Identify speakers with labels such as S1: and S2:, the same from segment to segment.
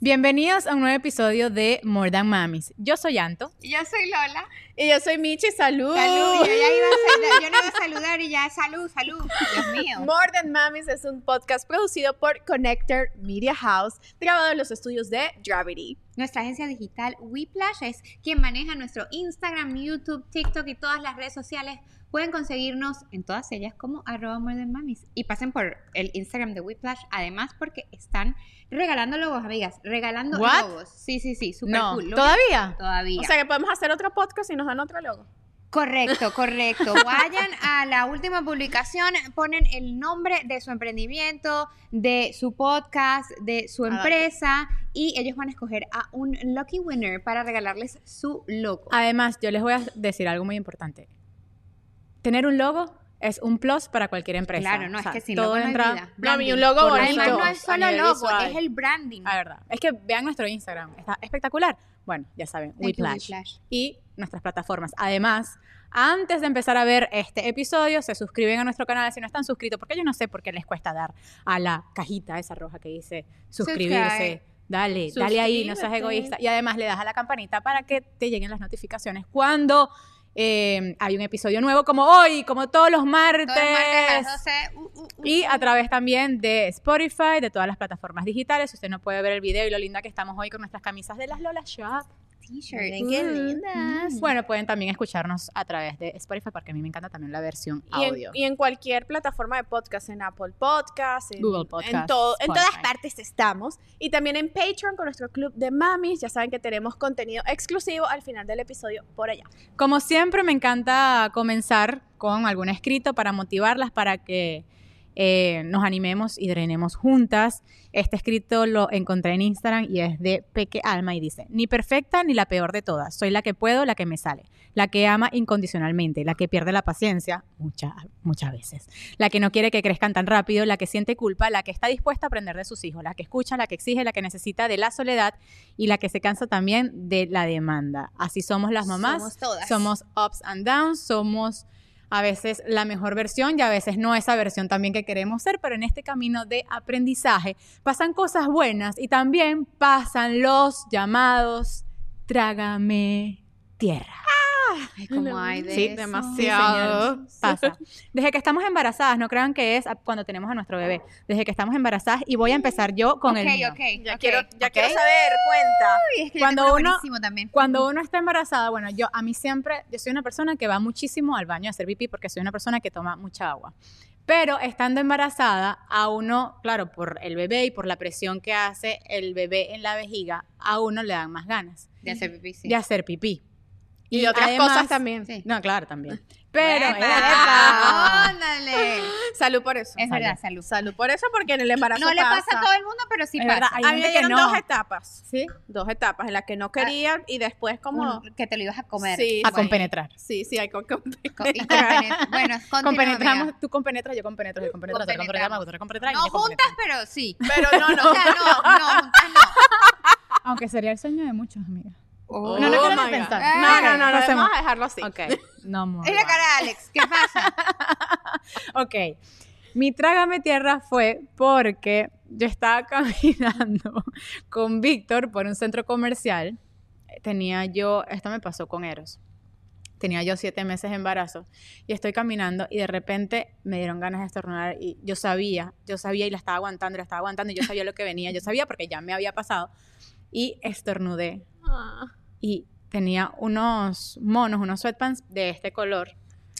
S1: Bienvenidos a un nuevo episodio de More than mamis. Yo soy Anto.
S2: Yo soy Lola.
S1: Y yo soy Michi. Salud.
S2: Salud. Yo ya iba a saludar, yo no iba a saludar y ya, salud, salud. Dios mío.
S3: More Than Mamis es un podcast producido por Connector Media House, grabado en los estudios de Gravity.
S2: Nuestra agencia digital Whiplash es quien maneja nuestro Instagram, YouTube, TikTok y todas las redes sociales. Pueden conseguirnos en todas ellas como arroba more than mamis. Y pasen por el Instagram de Whiplash, además porque están regalando logos, amigas. Regalando
S3: What?
S2: logos. Sí, sí, sí, super
S3: No,
S2: cool. Lo
S3: ¿todavía?
S2: único- Todavía.
S3: O sea que podemos hacer otro podcast y nos dan otro logo.
S2: Correcto, correcto. Vayan a la última publicación, ponen el nombre de su emprendimiento, de su podcast, de su empresa y ellos van a escoger a un lucky winner para regalarles su logo.
S1: Además, yo les voy a decir algo muy importante. Tener un logo es un plus para cualquier empresa.
S2: Claro, no,
S1: O sea,
S2: es que sin
S1: todo
S2: logo no hay
S1: entra-
S2: vida.
S3: No, mi
S2: Branding.
S3: un logo
S1: Por
S3: bonito.
S2: Además no es
S3: a
S2: solo
S3: nivel
S2: logo,
S3: visual.
S2: es el branding.
S1: La Ah, verdad. Es que vean nuestro Instagram. Está espectacular. Bueno, ya saben,
S2: Thank you,
S1: Whiplash. y nuestras plataformas. Además, antes de empezar a ver este episodio, se suscriben a nuestro canal si no están suscritos, porque yo no sé por qué les cuesta dar a la cajita esa roja que dice suscribirse.
S2: Subscribe.
S1: Dale, dale ahí, no seas
S3: Suscríbete.
S1: egoísta. Y además le das a la campanita para que te lleguen las notificaciones cuando eh, hay un episodio nuevo, como hoy, como todos los martes.
S2: Todo el martes a las 12, uh, uh, uh.
S1: Y a través también de Spotify, de todas las plataformas digitales. Usted no puede ver el video y lo linda que estamos hoy con nuestras camisas de las Lola Shop.
S2: T-shirts.
S1: Mm. Bueno, pueden también escucharnos a través de Spotify porque a mí me encanta también la versión
S3: Y en,
S1: audio.
S3: y en cualquier plataforma de podcast, en Apple Podcasts, en,
S1: Google Podcasts,
S3: en, todo- en todas
S1: Spotify.
S3: partes estamos. Y también en Patreon con nuestro club de mamis. Ya saben que tenemos contenido exclusivo al final del episodio por allá.
S1: Como siempre, me encanta comenzar con algún escrito para motivarlas, para que eh, nos animemos y drenemos juntas. Este escrito lo encontré en Instagram y es de Peque Alma y dice, ni perfecta ni la peor de todas, soy la que puedo, la que me sale, la que ama incondicionalmente, la que pierde la paciencia, muchas, muchas veces, la que no quiere que crezcan tan rápido, la que siente culpa, la que está dispuesta a aprender de sus hijos, la que escucha, la que exige, la que necesita de la soledad y la que se cansa también de la demanda. Así somos las mamás.
S2: Somos todas.
S1: Somos ups and downs, somos a veces la mejor versión y a veces no esa versión también que queremos ser, pero en este camino de aprendizaje pasan cosas buenas y también pasan los llamados trágame tierra.
S2: Ay, cómo hay de
S3: Sí,
S2: eso.
S3: demasiado.
S1: Pasa. Desde que estamos embarazadas, no crean que es cuando tenemos a nuestro bebé. Desde que estamos embarazadas y voy a empezar yo con el mío.
S2: Ok, ok.
S3: Ya
S2: ok.
S3: quiero, ya
S2: Ok.
S3: quiero saber, cuenta.
S2: Uy, es que yo
S1: Cuando
S2: tengo
S1: uno-
S2: buenísimo también.
S1: Cuando uno está embarazada, bueno, yo a mí siempre, yo soy una persona que va muchísimo al baño a hacer pipí porque soy una persona que toma mucha agua. Pero estando embarazada, a uno, claro, por el bebé y por la presión que hace el bebé en la vejiga, a uno le dan más ganas
S2: de hacer pipí, sí.
S1: de hacer pipí.
S3: Y, otras
S1: además-
S3: cosas también.
S2: Sí.
S1: No, claro, también. Pero, eh,
S2: ¡Epa!
S1: ¡Epa!
S2: ¡Ándale!
S3: Salud por eso.
S2: Es verdad, salud.
S3: Salud por eso, porque en el embarazo
S2: No le pasa a todo el mundo, pero sí
S1: Es verdad,
S2: pasa.
S1: hay
S3: A mí
S1: gente
S3: me
S1: que
S3: dieron
S1: no.
S3: dos etapas.
S1: ¿Sí?
S3: Dos etapas en las que no quería y después como...
S2: Un- que te lo ibas a comer.
S3: Sí,
S1: A
S3: sí.
S1: compenetrar.
S3: Sí, sí, hay con
S2: Co- y compenet- bueno,
S1: Compenetramos, tú compenetras, yo compenetro, yo compenetro, tú compenetras,
S2: Compenetramos.
S1: tú compenetras,
S2: No
S1: yo
S2: juntas,
S1: compenetro.
S2: pero sí.
S3: Pero no, no.
S2: O sea, no, no, juntas no.
S1: Aunque sería el sueño de muchos, amigas.
S3: Oh
S1: no, no quiero ni
S3: my God.
S1: pensar.
S3: No, no, no, no,
S1: Pasemos.
S3: vamos a dejarlo así.
S1: Ok, no more.
S2: Es la cara de Alex, ¿qué pasa?
S1: Ok. Mi trágame tierra fue porque yo estaba caminando con Víctor por un centro comercial. Tenía yo, esto me pasó con Eros. Tenía yo siete meses de embarazo y estoy caminando y de repente me dieron ganas de estornudar y yo sabía, yo sabía y la estaba aguantando, la estaba aguantando y yo sabía lo que venía, yo sabía porque ya me había pasado y estornudé
S3: Ah.
S1: y tenía unos monos, unos sweatpants de este color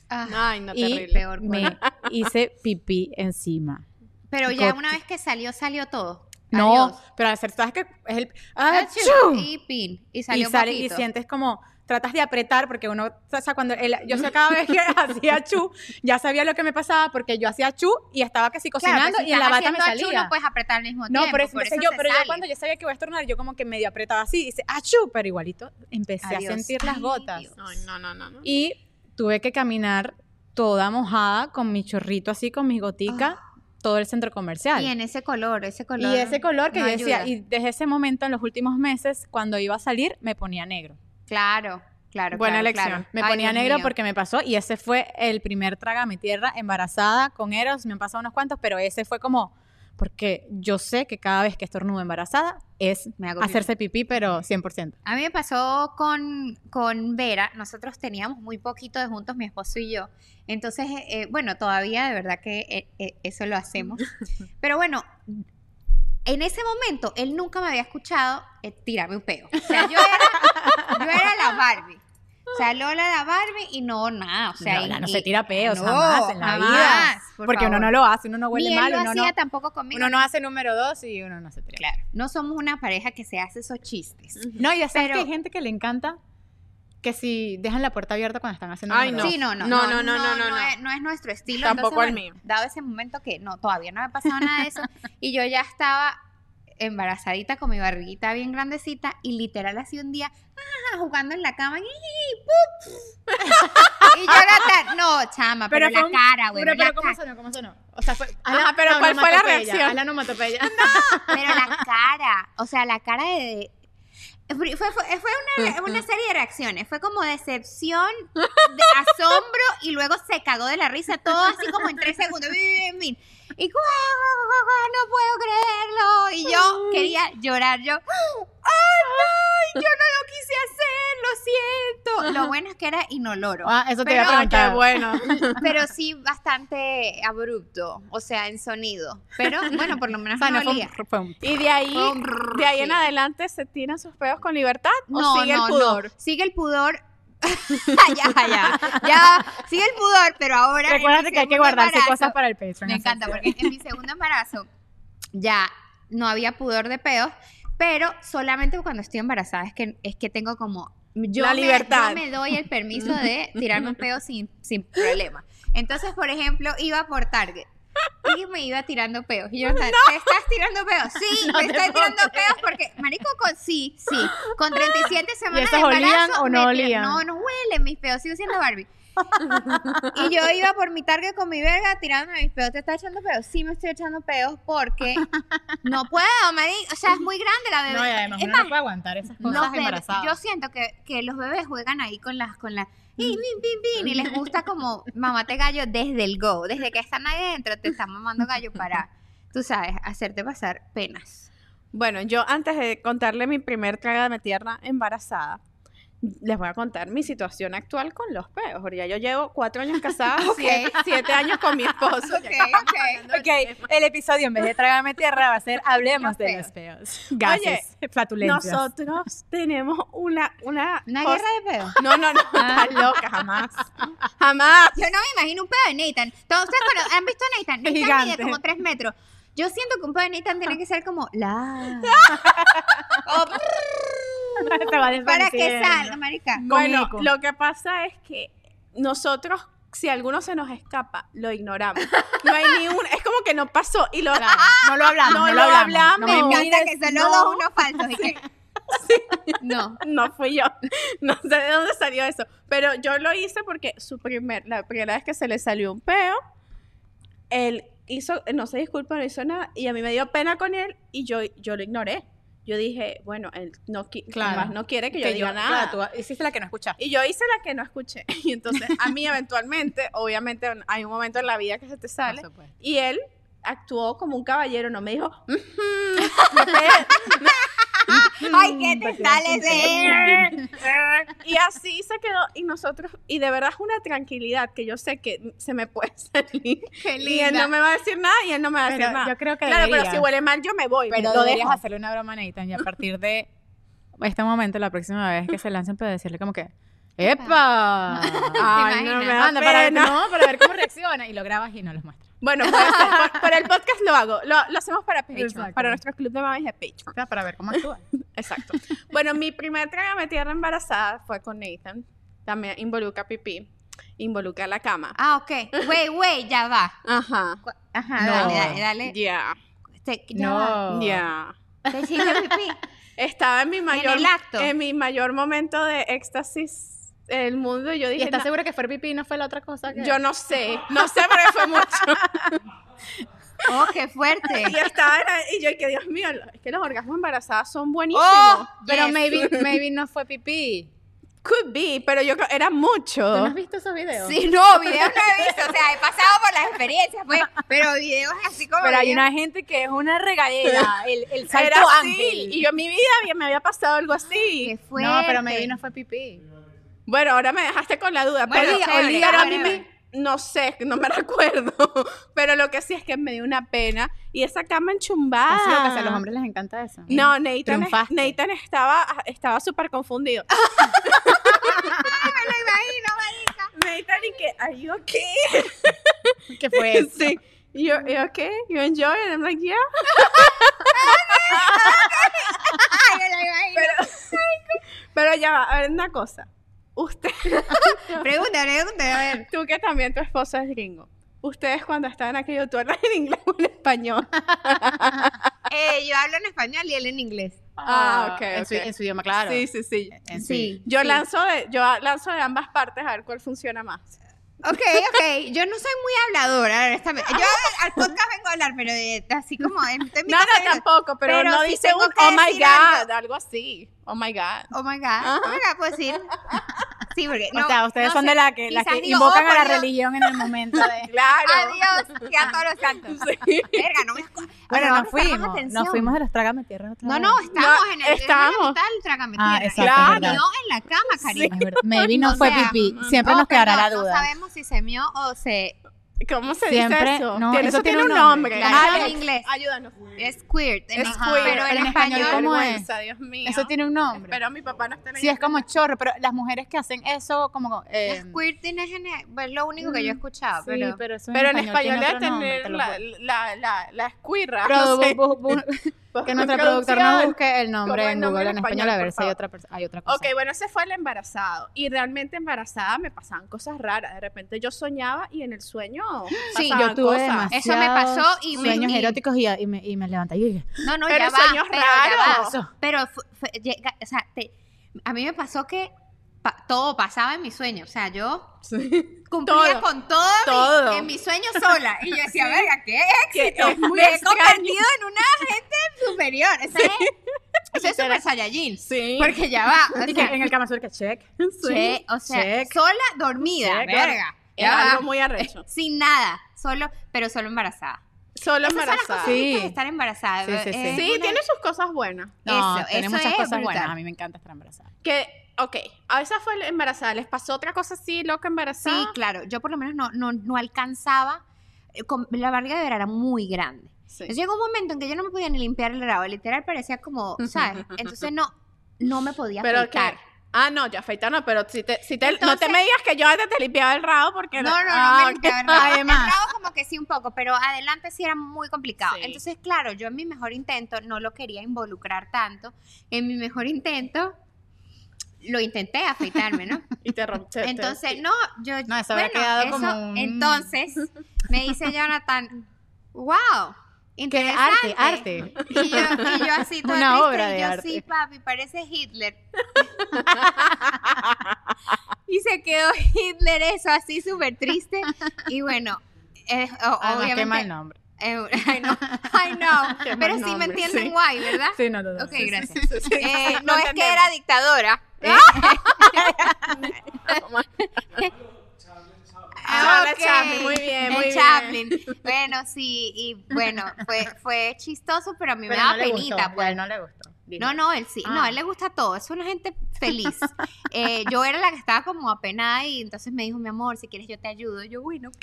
S2: Ah,
S3: Ay, no,
S1: y
S3: terrible.
S2: Peor
S1: me hice pipí encima.
S2: pero ya una vez que salió, salió todo.
S1: No,
S2: Adiós.
S1: pero al hacer, ¿sabes qué? Es el.
S2: Achú,
S1: ¡Achú!
S2: Y pin. Y
S1: Y
S2: salió un
S1: sale- y
S2: poquito.
S1: sientes como. tratas de apretar porque uno, o sea, cuando el- yo sé, cada vez que hacía chu, ya sabía lo que me pasaba porque yo hacía chu y estaba casi
S2: Claro,
S1: cocinando
S2: pues, si
S1: y en la
S2: estás
S1: bata me
S2: haciendo achú,
S1: salía.
S2: no puedes apretar al mismo
S1: No,
S2: tiempo.
S1: pero, es-
S2: por
S1: entonces
S2: eso
S1: yo,
S2: se
S1: pero yo
S2: sale.
S1: cuando yo sabía que iba a estornudar, yo como que medio apretaba así, dice, ¡achú! Pero igualito empecé
S2: Adiós.
S1: a sentir las
S2: Ay,
S1: gotas.
S2: Dios.
S3: Ay, no, no, no. no.
S1: Y tuve que caminar toda mojada con mi chorrito así, con mis goticas, todo el centro comercial.
S2: Ah. Y en ese color, ese
S1: Y
S2: color.
S1: ese color que
S2: no
S1: yo decía,
S2: ayuda.
S1: y desde ese momento, en los últimos meses, cuando iba a salir, me ponía negro.
S2: Claro, claro.
S1: Buena
S2: claro,
S1: elección.
S2: claro.
S1: Me
S2: Ay,
S1: ponía
S2: Dios
S1: negro
S2: mío.
S1: porque me pasó y ese fue el primer traga a mi tierra embarazada con Eros. Me han pasado unos cuantos, pero ese fue como porque yo sé que cada vez que estornudo embarazada es
S2: Me hago
S1: hacerse pipí, pero 100%.
S2: A mí me pasó con, con Vera, nosotros teníamos muy poquito de juntos, mi esposo y yo. Entonces, eh, eh, bueno, todavía de verdad que eh, eh, eso lo hacemos. Pero bueno, en ese momento él nunca me había escuchado eh, tirarme un peo. O sea, yo era, yo era la Barbie. O sea, Lola la Barbie y no nada. O sea,
S1: Lola
S2: y-
S1: no se
S2: y-
S1: tira peos
S2: no,
S1: jamás en la vida.
S2: jamás, por
S1: porque uno
S2: favor.
S1: no lo hace, uno no huele
S2: Ni él
S1: mal,
S2: lo
S1: uno no,
S2: hacía tampoco conmigo.
S1: uno no hace número dos y uno no se tira.
S2: Claro, no somos una pareja que se hace esos chistes.
S1: No, y ya sabes
S2: Pero-
S1: que hay gente que le encanta que si dejan la puerta abierta cuando están haciendo
S3: Ay,
S1: número
S3: no.
S2: Sí, no, no.
S3: No, no, no, no, no, no.
S2: Es, no es nuestro estilo.
S3: Tampoco
S2: entonces,
S3: el
S2: bueno,
S3: mío.
S2: Dado ese momento que no, todavía no me ha pasado nada de eso. y yo ya estaba embarazadita con mi barriguita bien grandecita y literal así un día ah, jugando en la cama y, ¡pup! y yo era tan- no chama pero,
S1: Pero
S2: la
S1: fue un-
S2: cara güey
S1: Pero,
S2: la
S1: pero ¿cómo
S2: ca-
S1: sonó? ¿Cómo sonó? O sea, fue. a
S3: Ajá, pero ¿cuál fue la
S1: onomatopeya,
S3: reacción?
S1: a la onomatopeya.
S2: pero la cara o sea la cara de fue, fue, fue una, una serie de reacciones. Fue como decepción, de asombro y luego se cagó de la risa todo así como en tres segundos. Bin, bin, bin. Y guau, guau, guau, guau, no puedo creerlo. Y yo quería llorar. Yo, ¡ay, no! Yo no lo quise hacer, lo siento. Lo bueno es que era inoloro.
S1: Ah, eso te iba a
S2: Pero-
S1: preguntar.
S2: qué
S1: bueno.
S2: Pero sí bastante abrupto, o sea, en sonido. Pero bueno, por lo menos no olía.
S3: Y de ahí,
S2: Fue un brrr,
S3: de ahí en
S2: sí.
S3: adelante se tiran sus peos con libertad o sigue el
S2: no,
S3: pudor.
S2: no. Sigue el pudor. ya, ya, ya. Sigue el pudor, pero ahora. en
S1: Recuerda
S2: mi
S1: que hay que
S2: segundo
S1: guardarse
S2: embarazo-
S1: cosas para el Patreon.
S2: Me
S1: así
S2: encanta,
S1: que-
S2: porque en mi segundo embarazo ya no había pudor de pedos, pero solamente cuando estoy embarazada es que, es que tengo como. Yo
S3: La
S2: me-
S3: libertad.
S2: yo Me, doy el permiso de tirarme un pedo sin, sin problema. Entonces, por ejemplo, iba por Target. Y me iba tirando peos. Y yo, ¿te estás tirando peos? Sí, me estoy tirando peos porque, marico, con sí, sí. Con 37 semanas de
S1: esos olían
S2: embarazo.
S1: o no
S2: me tira-
S1: olían?
S2: No, no huelen mis peos, sigo siendo Barbie. Y yo iba por mi target con mi verga tirándome mis peos. ¿Te estás echando peos? Sí, me estoy echando peos porque no puedo, me O sea, es muy grande la bebé.
S1: No, y además
S2: es
S1: uno no puede aguantar esas
S2: los
S1: cosas
S2: bebés-
S1: embarazadas.
S2: yo siento que, que los bebés juegan ahí con las con las y, pin, pin, pin, y les gusta como mamate gallo desde el go, desde que están adentro te están mamando gallo para, tú sabes, hacerte pasar penas.
S3: Bueno, yo antes de contarle mi primer traga de mi tierra embarazada, les voy a contar mi situación actual con los peos. Porque ya yo llevo cuatro años casada, siete, siete años con mi esposo. Ya que-
S1: Ok, el episodio en vez de Trágame Tierra va a ser Hablemos
S2: Los
S1: de
S2: peos.
S1: los peos. Gases, flatulencias.
S3: Nosotros tenemos una, una,
S2: Una
S3: cosa-
S2: guerra de pedos.
S3: No, no, no,
S1: Ah.
S3: estás loca, jamás. Jamás.
S2: Yo no me imagino un pedo de Nathan. Todos ustedes cono- han visto a Nathan. Nathan mide
S1: Gigante.
S2: como tres metros. Yo siento que un pedo de Nathan tiene que ser como la o
S1: Te va
S2: para que
S1: desvaneciendo.
S2: salga, marica.
S3: Bueno,
S1: Cómico.
S3: lo que pasa es que nosotros, si alguno se nos escapa, lo ignoramos. No hay ni un, es como que no pasó y lo
S1: Claro, No lo hablamos, no,
S3: No
S1: lo
S3: lo
S1: hablamos.
S3: hablamos.
S1: No
S2: Me
S1: me
S3: No,
S2: encanta
S3: mires,
S2: que son
S3: no.
S2: los dos unos falsos. y que- No.
S3: no fui yo. No sé de dónde salió eso. Pero yo lo hice porque su primer, la primera vez que se le salió un peo, él hizo, no se disculpa, no hizo nada. Y a mí me dio pena con él y yo, yo lo ignoré. Yo dije, bueno, él no, qui-
S1: Claro.
S3: además no quiere que, yo
S1: Que
S3: diga
S1: yo-
S3: nada.
S1: claro, tú hiciste la que no escuchaste.
S3: Y yo hice la que no escuché. Y entonces a mí eventualmente, obviamente hay un momento en la vida que se te sale.
S1: Por supuesto.
S3: Y él actuó como un caballero, no me dijo, "Mm". "Ujú, no te-
S2: Ay, ¿qué te sale de
S3: y así se quedó. Y nosotros, y de verdad es una tranquilidad que yo sé que se me puede salir.
S2: Qué
S3: Y él no me va a decir nada y él no me va a decir
S1: Pero
S3: nada.
S1: yo creo que
S3: Claro, pero
S1: deberías.
S3: si huele mal, yo me voy.
S1: Pero
S3: lo
S1: deberías
S3: dejo.
S1: hacerle una broma a Nathan y a partir de este momento, la próxima vez que se lancen, puedes decirle como que ¡Epa! Ah,
S3: Ay, no, me da
S1: Anda, para ver,
S3: pena.
S1: no, para ver cómo reacciona. Y lo grabas y no los muestras.
S3: Bueno, puede ser. Por- para el podcast lo hago. Lo, lo hacemos para Patreon,
S1: Exacto.
S3: para nuestro club de mamis de Patreon.
S1: O sea, para ver cómo actúa.
S3: Exacto. bueno, mi primer trágame tierra embarazada fue con Nathan. También involucra pipí. Involucra la cama.
S2: Ah, ok. Güey, güey, ya va.
S3: Ajá.
S2: Ajá,
S1: No.
S2: dale, dale, dale.
S3: Ya.
S2: Te- ya va.
S1: No.
S3: Ya.
S2: Te hiciste pipí.
S3: Estaba en mi mayor
S2: el acto.
S3: en mi mayor momento de éxtasis del mundo y yo
S1: ¿Y
S3: dije,
S1: estás
S3: "No,
S1: segura que fue pipí y no fue la otra cosa? que-
S3: yo no sé, no sé, pero fue mucho.
S2: Oh, qué fuerte.
S3: y yo estaba en- y yo que Dios mío, lo- es que los orgasmos embarazadas son buenísimos.
S2: Oh,
S1: Pero
S2: yes.
S1: maybe, maybe no fue pipí.
S3: Could be, pero yo creo era
S1: ¿Tú no
S3: mucho.
S1: has visto esos videos?
S2: Sí, no, videos no he visto, o sea, he pasado por las experiencias, pues, pero videos así como...
S1: Pero hay
S2: bien-
S1: una gente que es una regadera. El, el salto
S3: Era así
S1: ángel.
S3: y yo en mi vida había- me había pasado algo así.
S2: Qué fuerte.
S1: No, pero maybe no fue pipí.
S3: Bueno, ahora me dejaste con la duda,
S2: Bueno,
S3: pero,
S2: chévere,
S3: pero a mí
S2: whatever.
S3: me- no sé, no me recuerdo, pero lo que sí es que me dio una pena y esa cama enchumbada.
S1: Así lo que a los hombres les encanta eso.
S3: No, Nathan,
S1: Triunfaste.
S3: Nathan estaba estaba súper confundido.
S2: Me lo imagino, marica.
S3: Nathan y que, are you okay?
S1: ¿Qué fue eso?
S3: Sí. You, you okay? You enjoy it? I'm like, yeah.
S2: Ay, me lo imagino.
S3: Pero ya va, a ver una cosa. Usted,
S2: Pregunta, pregunta, a ver.
S3: tú que también tu esposo es gringo. Ustedes cuando estaban aquí, tú hablas en inglés o en español.
S2: Eh, yo hablo en español y él en inglés.
S3: Ah, ok,
S1: En su,
S3: ok.
S1: en su idioma, claro.
S3: Sí, sí, sí.
S1: En su-
S3: Yo lanzo de, yo lanzo de ambas partes a ver cuál funciona más.
S2: Ok, ok, yo no soy muy habladora, honestamente. Yo al, al podcast vengo a hablar, pero de- así como... en- estoy en mi
S3: No,
S2: casa
S3: no,
S2: y-
S3: tampoco, pero,
S2: Pero
S3: no
S2: sí
S3: dice
S2: tengo
S3: un
S2: que
S3: oh my
S2: decir
S3: god, algo. así. Oh my god.
S2: Oh my god, oh my god, puedo decir. Sí, porque
S1: o sea, ustedes
S2: no
S1: son
S2: sé,
S1: de la que, las
S2: quizás
S1: que
S2: digo,
S1: invocan
S2: oh,
S1: a la
S2: por Dios.
S1: religión en el momento de...
S3: Claro.
S2: Adiós, que a todos los santos. Verga, no me escu-
S1: Bueno,
S2: Ahora
S1: nos
S2: vamos a prestar más
S1: fuimos.
S2: atención.
S1: Nos fuimos de los trágame tierra otra
S2: No,
S1: vez.
S2: no, estamos
S3: No,
S2: en el
S3: estamos.
S2: en el hospital, trágame
S1: Ah,
S2: tierra.
S1: exacto,
S3: Claro.
S1: es verdad.
S2: Mió en la cama, cariño.
S1: Es verdad. Maybe no
S2: O
S1: fue
S2: sea,
S1: pipí. Siempre
S2: Oh,
S1: nos quedará
S2: perdón,
S1: la
S2: No
S1: duda.
S2: sabemos si se mió o se...
S3: ¿Cómo se dice
S1: Siempre-
S3: eso?
S1: no,
S3: tiene,
S1: eso
S3: eso tiene,
S1: tiene
S3: un
S1: un nombre,
S3: nombre.
S2: claro,
S3: Alex,
S2: en inglés.
S3: Ayúdanos.
S2: Es squirt. en
S3: Es
S2: inglés,
S3: queer.
S2: Pero
S1: Pero
S2: en,
S1: en
S2: español...
S1: español, ¿cómo es?
S3: Vergüenza, Dios mío.
S1: Eso tiene un nombre.
S3: Espero a mi papá no esté en
S1: Sí, es como chorro, pero las mujeres que hacen eso como... eh,
S2: Squirting es en es lo único que yo he escuchado,
S1: sí,
S2: pero...
S1: pero eso
S3: Pero en español
S1: tiene
S3: debe
S1: otro nombre,
S3: tener
S1: te lo
S3: la,
S1: juro.
S3: la, la, la escuirra.
S1: Pero
S3: no sé.
S1: bu- bu- bu- que nuestro productor no
S3: Producción.
S1: busque el
S3: Como
S1: nombre
S3: el
S1: en
S3: nombre
S1: Google
S3: en
S1: en español a
S3: español,
S1: ver
S3: por
S1: si hay
S3: favor.
S1: otra, pers- hay otra cosa.
S3: Ok, bueno, ese fue el embarazado. Y realmente embarazada me pasaban cosas raras. De repente yo soñaba y en el sueño
S2: Sí,
S3: pasaban
S1: Yo tuve
S3: cosas.
S1: demasiados
S2: Eso me pasó y me-
S1: sueños
S2: y-
S1: eróticos y, y me, y me levanté y dije,
S2: No, no,
S3: Pero
S2: ya va,
S3: sueños
S2: pero ya va.
S3: raros.
S1: "Eso".
S2: Pero, fu- fue- llega- o sea, te- a mí me pasó que pa- todo pasaba en mi sueño. O sea, yo cumplía
S3: Todo.
S2: con todo, mi-
S3: Todo.
S2: en mi sueño sola. Y yo decía, verga, qué éxito.
S3: es muy
S2: Me he
S3: extraño".
S2: convertido en una gente superior. Eso es, eso es super saiyajin.
S3: Sí.
S2: Porque ya va.
S1: Y
S2: O
S1: que
S2: sea,
S1: en el Kama Sutra, check.
S2: che, o sea,
S1: check.
S2: sola, dormida,
S1: Check.
S2: verga. Ya
S3: Era
S2: va.
S3: algo muy arrecho.
S2: Sin nada, solo, pero solo embarazada.
S3: Solo
S2: Esas son las
S3: embarazada.
S2: cosas
S1: Sí.
S2: bonitas de estar embarazada.
S1: Sí, sí, sí.
S2: Es
S3: Sí,
S2: una-
S3: tiene sus cosas buenas.
S1: No,
S2: Eso,
S1: tiene
S2: eso
S1: muchas
S2: es
S1: cosas
S2: brutal.
S1: buenas. A mí me encanta estar embarazada.
S3: Que, ok, a esa fue la embarazada. ¿Les pasó otra cosa así, loca embarazada?
S2: Sí, claro. Yo por lo menos no, no, no alcanzaba. eh, con- la barriga de verdad era muy grande.
S3: Sí.
S2: Entonces Llegó un momento en que yo no me podía ni limpiar el rabo. Literal parecía como, ¿sabes? Entonces no, no me podía
S3: Pero
S2: afeitar.
S3: que... Ah, no, ya afeitar no, pero si te, si te, no te
S2: Entonces-
S3: me digas que yo antes te limpiaba el rabo porque...
S2: No, no, no
S3: Ah,
S2: me
S3: ok.
S2: limpiaba el rabo.
S1: Además.
S2: El rabo como que sí un poco, pero adelante sí era muy complicado.
S3: Sí.
S2: Entonces, claro, yo en mi mejor intento no lo quería involucrar tanto. En mi mejor intento lo intenté afeitarme, ¿no?
S3: Y te rompe. te-
S2: Entonces, no, yo.
S1: No, eso habría quedado como un-
S2: Entonces, me dice Jonathan, wow.
S1: Que arte,
S2: Interesante.
S1: arte.
S2: Y yo, y yo así toda
S1: Una
S2: triste,
S1: obra
S2: y
S1: de
S2: yo
S1: arte.
S2: sí, papi, parece Hitler. y se quedó Hitler eso así súper triste. Y bueno, eh, o-
S1: Además, Ah, qué mal
S2: obviamente.
S1: nombre.
S2: eh, I know, I know,
S3: Qué mal
S2: pero sí me
S3: nombre,
S2: entienden
S3: sí.
S2: guay, ¿verdad?
S1: Sí, no, no, no.
S2: Ok,
S1: sí, sí,
S2: gracias.
S1: sí, sí.
S2: Eh,
S3: No
S2: no es que
S3: entendemos.
S2: era dictadora.
S3: Ah, la
S2: ok.
S3: Chaplin, muy bien, muy
S2: El
S3: bien.
S2: Chaplin. Bueno, sí, y bueno, fue, fue chistoso, pero a mí
S1: Pero
S2: me
S1: no
S2: daba
S1: le gustó,
S2: penita. pues.
S1: ya no le gustó. dijo.
S2: No, no, él sí, no,
S1: Ah.
S2: él le gusta todo, es una gente feliz. Eh, yo era la que estaba como apenada y entonces me dijo, mi amor, si quieres yo te ayudo. Yo, bueno, ok,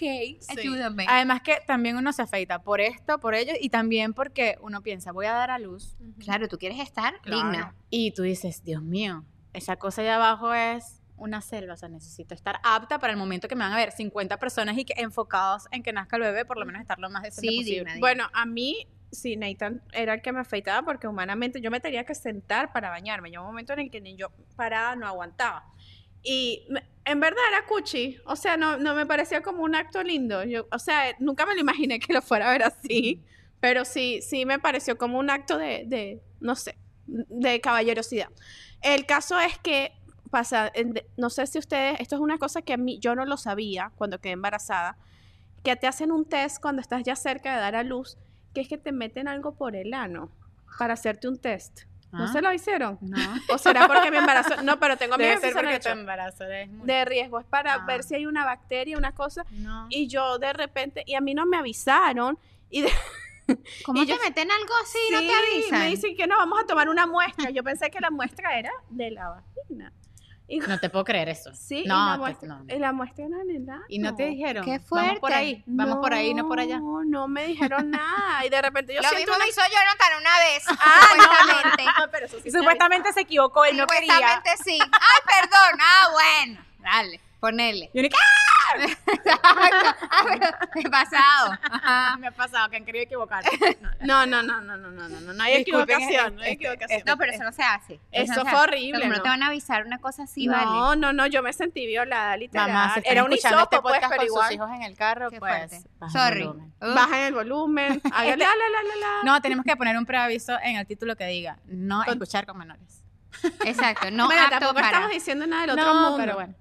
S2: ayúdame.
S1: Además que también uno se afeita por esto, por ello, y también porque uno piensa, voy a dar a luz.
S2: Claro, tú quieres estar digna.
S1: Y tú dices, Dios mío, esa cosa allá abajo es una selva, o sea, necesito estar apta para el momento que me van a ver 50 personas y que enfocados en que nazca el bebé, por lo menos estar lo más decente
S2: Sí,
S1: posible.
S2: digna.
S3: Bueno, a mí sí, Nathan era el que me afeitaba porque humanamente yo me tenía que sentar para bañarme. Llegó un momento en el que ni yo parada no aguantaba. Y me- en verdad era cuchi, o sea, no, no me parecía como un acto lindo. Yo, o sea, nunca me lo imaginé que lo fuera a ver así, pero sí, sí me pareció como un acto de, de no sé, de caballerosidad. El caso es que pasa, en- de- no sé si ustedes, esto es una cosa que a mí yo no lo sabía cuando quedé embarazada, que te hacen un test cuando estás ya cerca de dar a luz, que es que te meten algo por el ano para hacerte un test. ¿No
S1: Ah.
S3: se lo hicieron?
S1: No.
S3: ¿O será porque mi embarazo? No, pero tengo miedo
S1: Debe
S3: que
S1: ser
S3: se lo han
S1: porque tu
S3: hecho
S1: embarazo es muy...
S3: de riesgo, es para
S1: Ah.
S3: ver si hay una bacteria, una cosa.
S1: No.
S3: Y yo de repente, y a mí no me avisaron. Y de-
S2: ¿Cómo
S3: Y
S2: te
S3: yo-
S2: meten algo así y no
S3: Sí,
S2: te avisan?
S3: Me dicen que no, vamos a tomar una muestra. Yo pensé que la muestra era de la vagina. Y,
S1: No te puedo creer eso.
S3: sí, y
S1: no,
S3: la
S1: te-
S3: muestra,
S1: no, no.
S3: y la muestra era en el ano.
S1: Y no te dijeron.
S2: Qué
S1: Vamos por
S2: fuerte.
S1: ahí, vamos por ahí, no por allá.
S3: No, no me dijeron nada. Y de repente yo
S2: Lo
S3: siento
S2: mismo
S3: una-
S2: me hizo Jonathan una vez,
S3: Ah, no, no, no,
S2: supuestamente.
S3: no, pero eso sí
S4: Y
S3: me
S4: supuestamente se equivocó, él no quería.
S2: Supuestamente sí. Ay, perdón. Ah, bueno. Dale, ponele.
S4: Y uno,
S2: ah, pero me he pasado.
S4: Ah, me ha pasado que han querido equivocar.
S3: avisaron. No, no, no, no, no, no, no, no, no hay
S4: Disculpen,
S3: equivocación,
S1: este,
S3: no hay equivocación.
S2: No, pero eso no se hace.
S3: Este, Eso
S2: no se
S3: fue
S2: hace.
S3: horrible,
S2: Pero como no
S3: ¿no?
S2: te van a avisar una cosa así,
S3: no,
S2: vale.
S3: no, no, yo me sentí violada, literal.
S1: Mamá, si están
S3: Era un
S1: escuchando este
S3: hisopo, pues,
S1: podcast
S3: pero
S1: con sus
S3: igual.
S1: hijos en el carro,
S2: Qué
S1: pues...
S2: fuerte.
S1: baja el
S2: Sorry.
S1: volumen.
S2: Uh,
S3: Bajen el volumen,
S2: Este
S3: hágale, la, la, la, la, la.
S1: No, tenemos que poner un preaviso en el título que diga no
S3: Con-
S1: escuchar con menores.
S2: Exacto. No
S3: Bueno,
S2: apto
S3: tampoco
S2: para.
S3: estamos diciendo nada del otro
S1: No,
S3: mundo.
S1: pero bueno.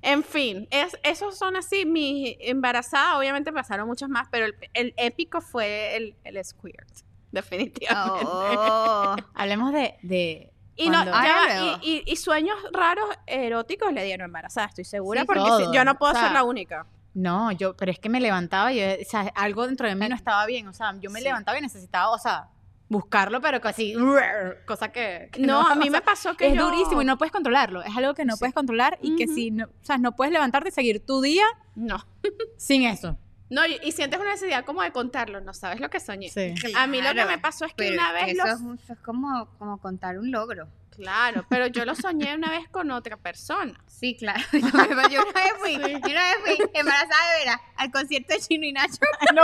S3: En fin, es, esos son así. Mis embarazadas, obviamente pasaron muchas más, pero el, el épico fue el, el squirt, definitivamente.
S2: Oh.
S1: Hablemos de... de
S3: Y, no,
S1: Cuando-
S3: ya
S2: Ahora
S3: va,
S2: luego.
S3: y, y- y sueños raros eróticos le dieron embarazada, estoy segura,
S1: Sí,
S3: porque
S1: todo.
S3: si- yo no puedo
S1: O sea,
S3: ser la única.
S1: no, yo, pero es que me levantaba y yo, o sea, algo dentro de mí no estaba bien, o sea, yo me
S3: Sí.
S1: levantaba y necesitaba, o sea, buscarlo, pero casi, cosa que... que
S3: No, a mí
S1: o
S3: me pasó que
S1: es
S3: yo-
S1: durísimo y no puedes controlarlo. Es algo que no puedes controlar y que
S3: Ujú.
S1: si no, o sea, no puedes levantarte y seguir tu día
S3: No.
S1: sin eso.
S3: No, y, y sientes una necesidad como de contarlo, no sabes lo que soñé.
S1: Sí.
S3: A mí lo que
S2: Claro.
S3: me pasó es que
S2: Pero
S3: una
S2: es que
S3: vez
S2: eso,
S3: los-
S2: es, un- eso es como, como contar un logro.
S3: Claro, pero yo lo soñé una vez con otra persona.
S2: Sí, claro. Yo, me- yo una vez fui, yo una vez fui embarazada de veras al concierto de Chino y Nacho.
S4: No.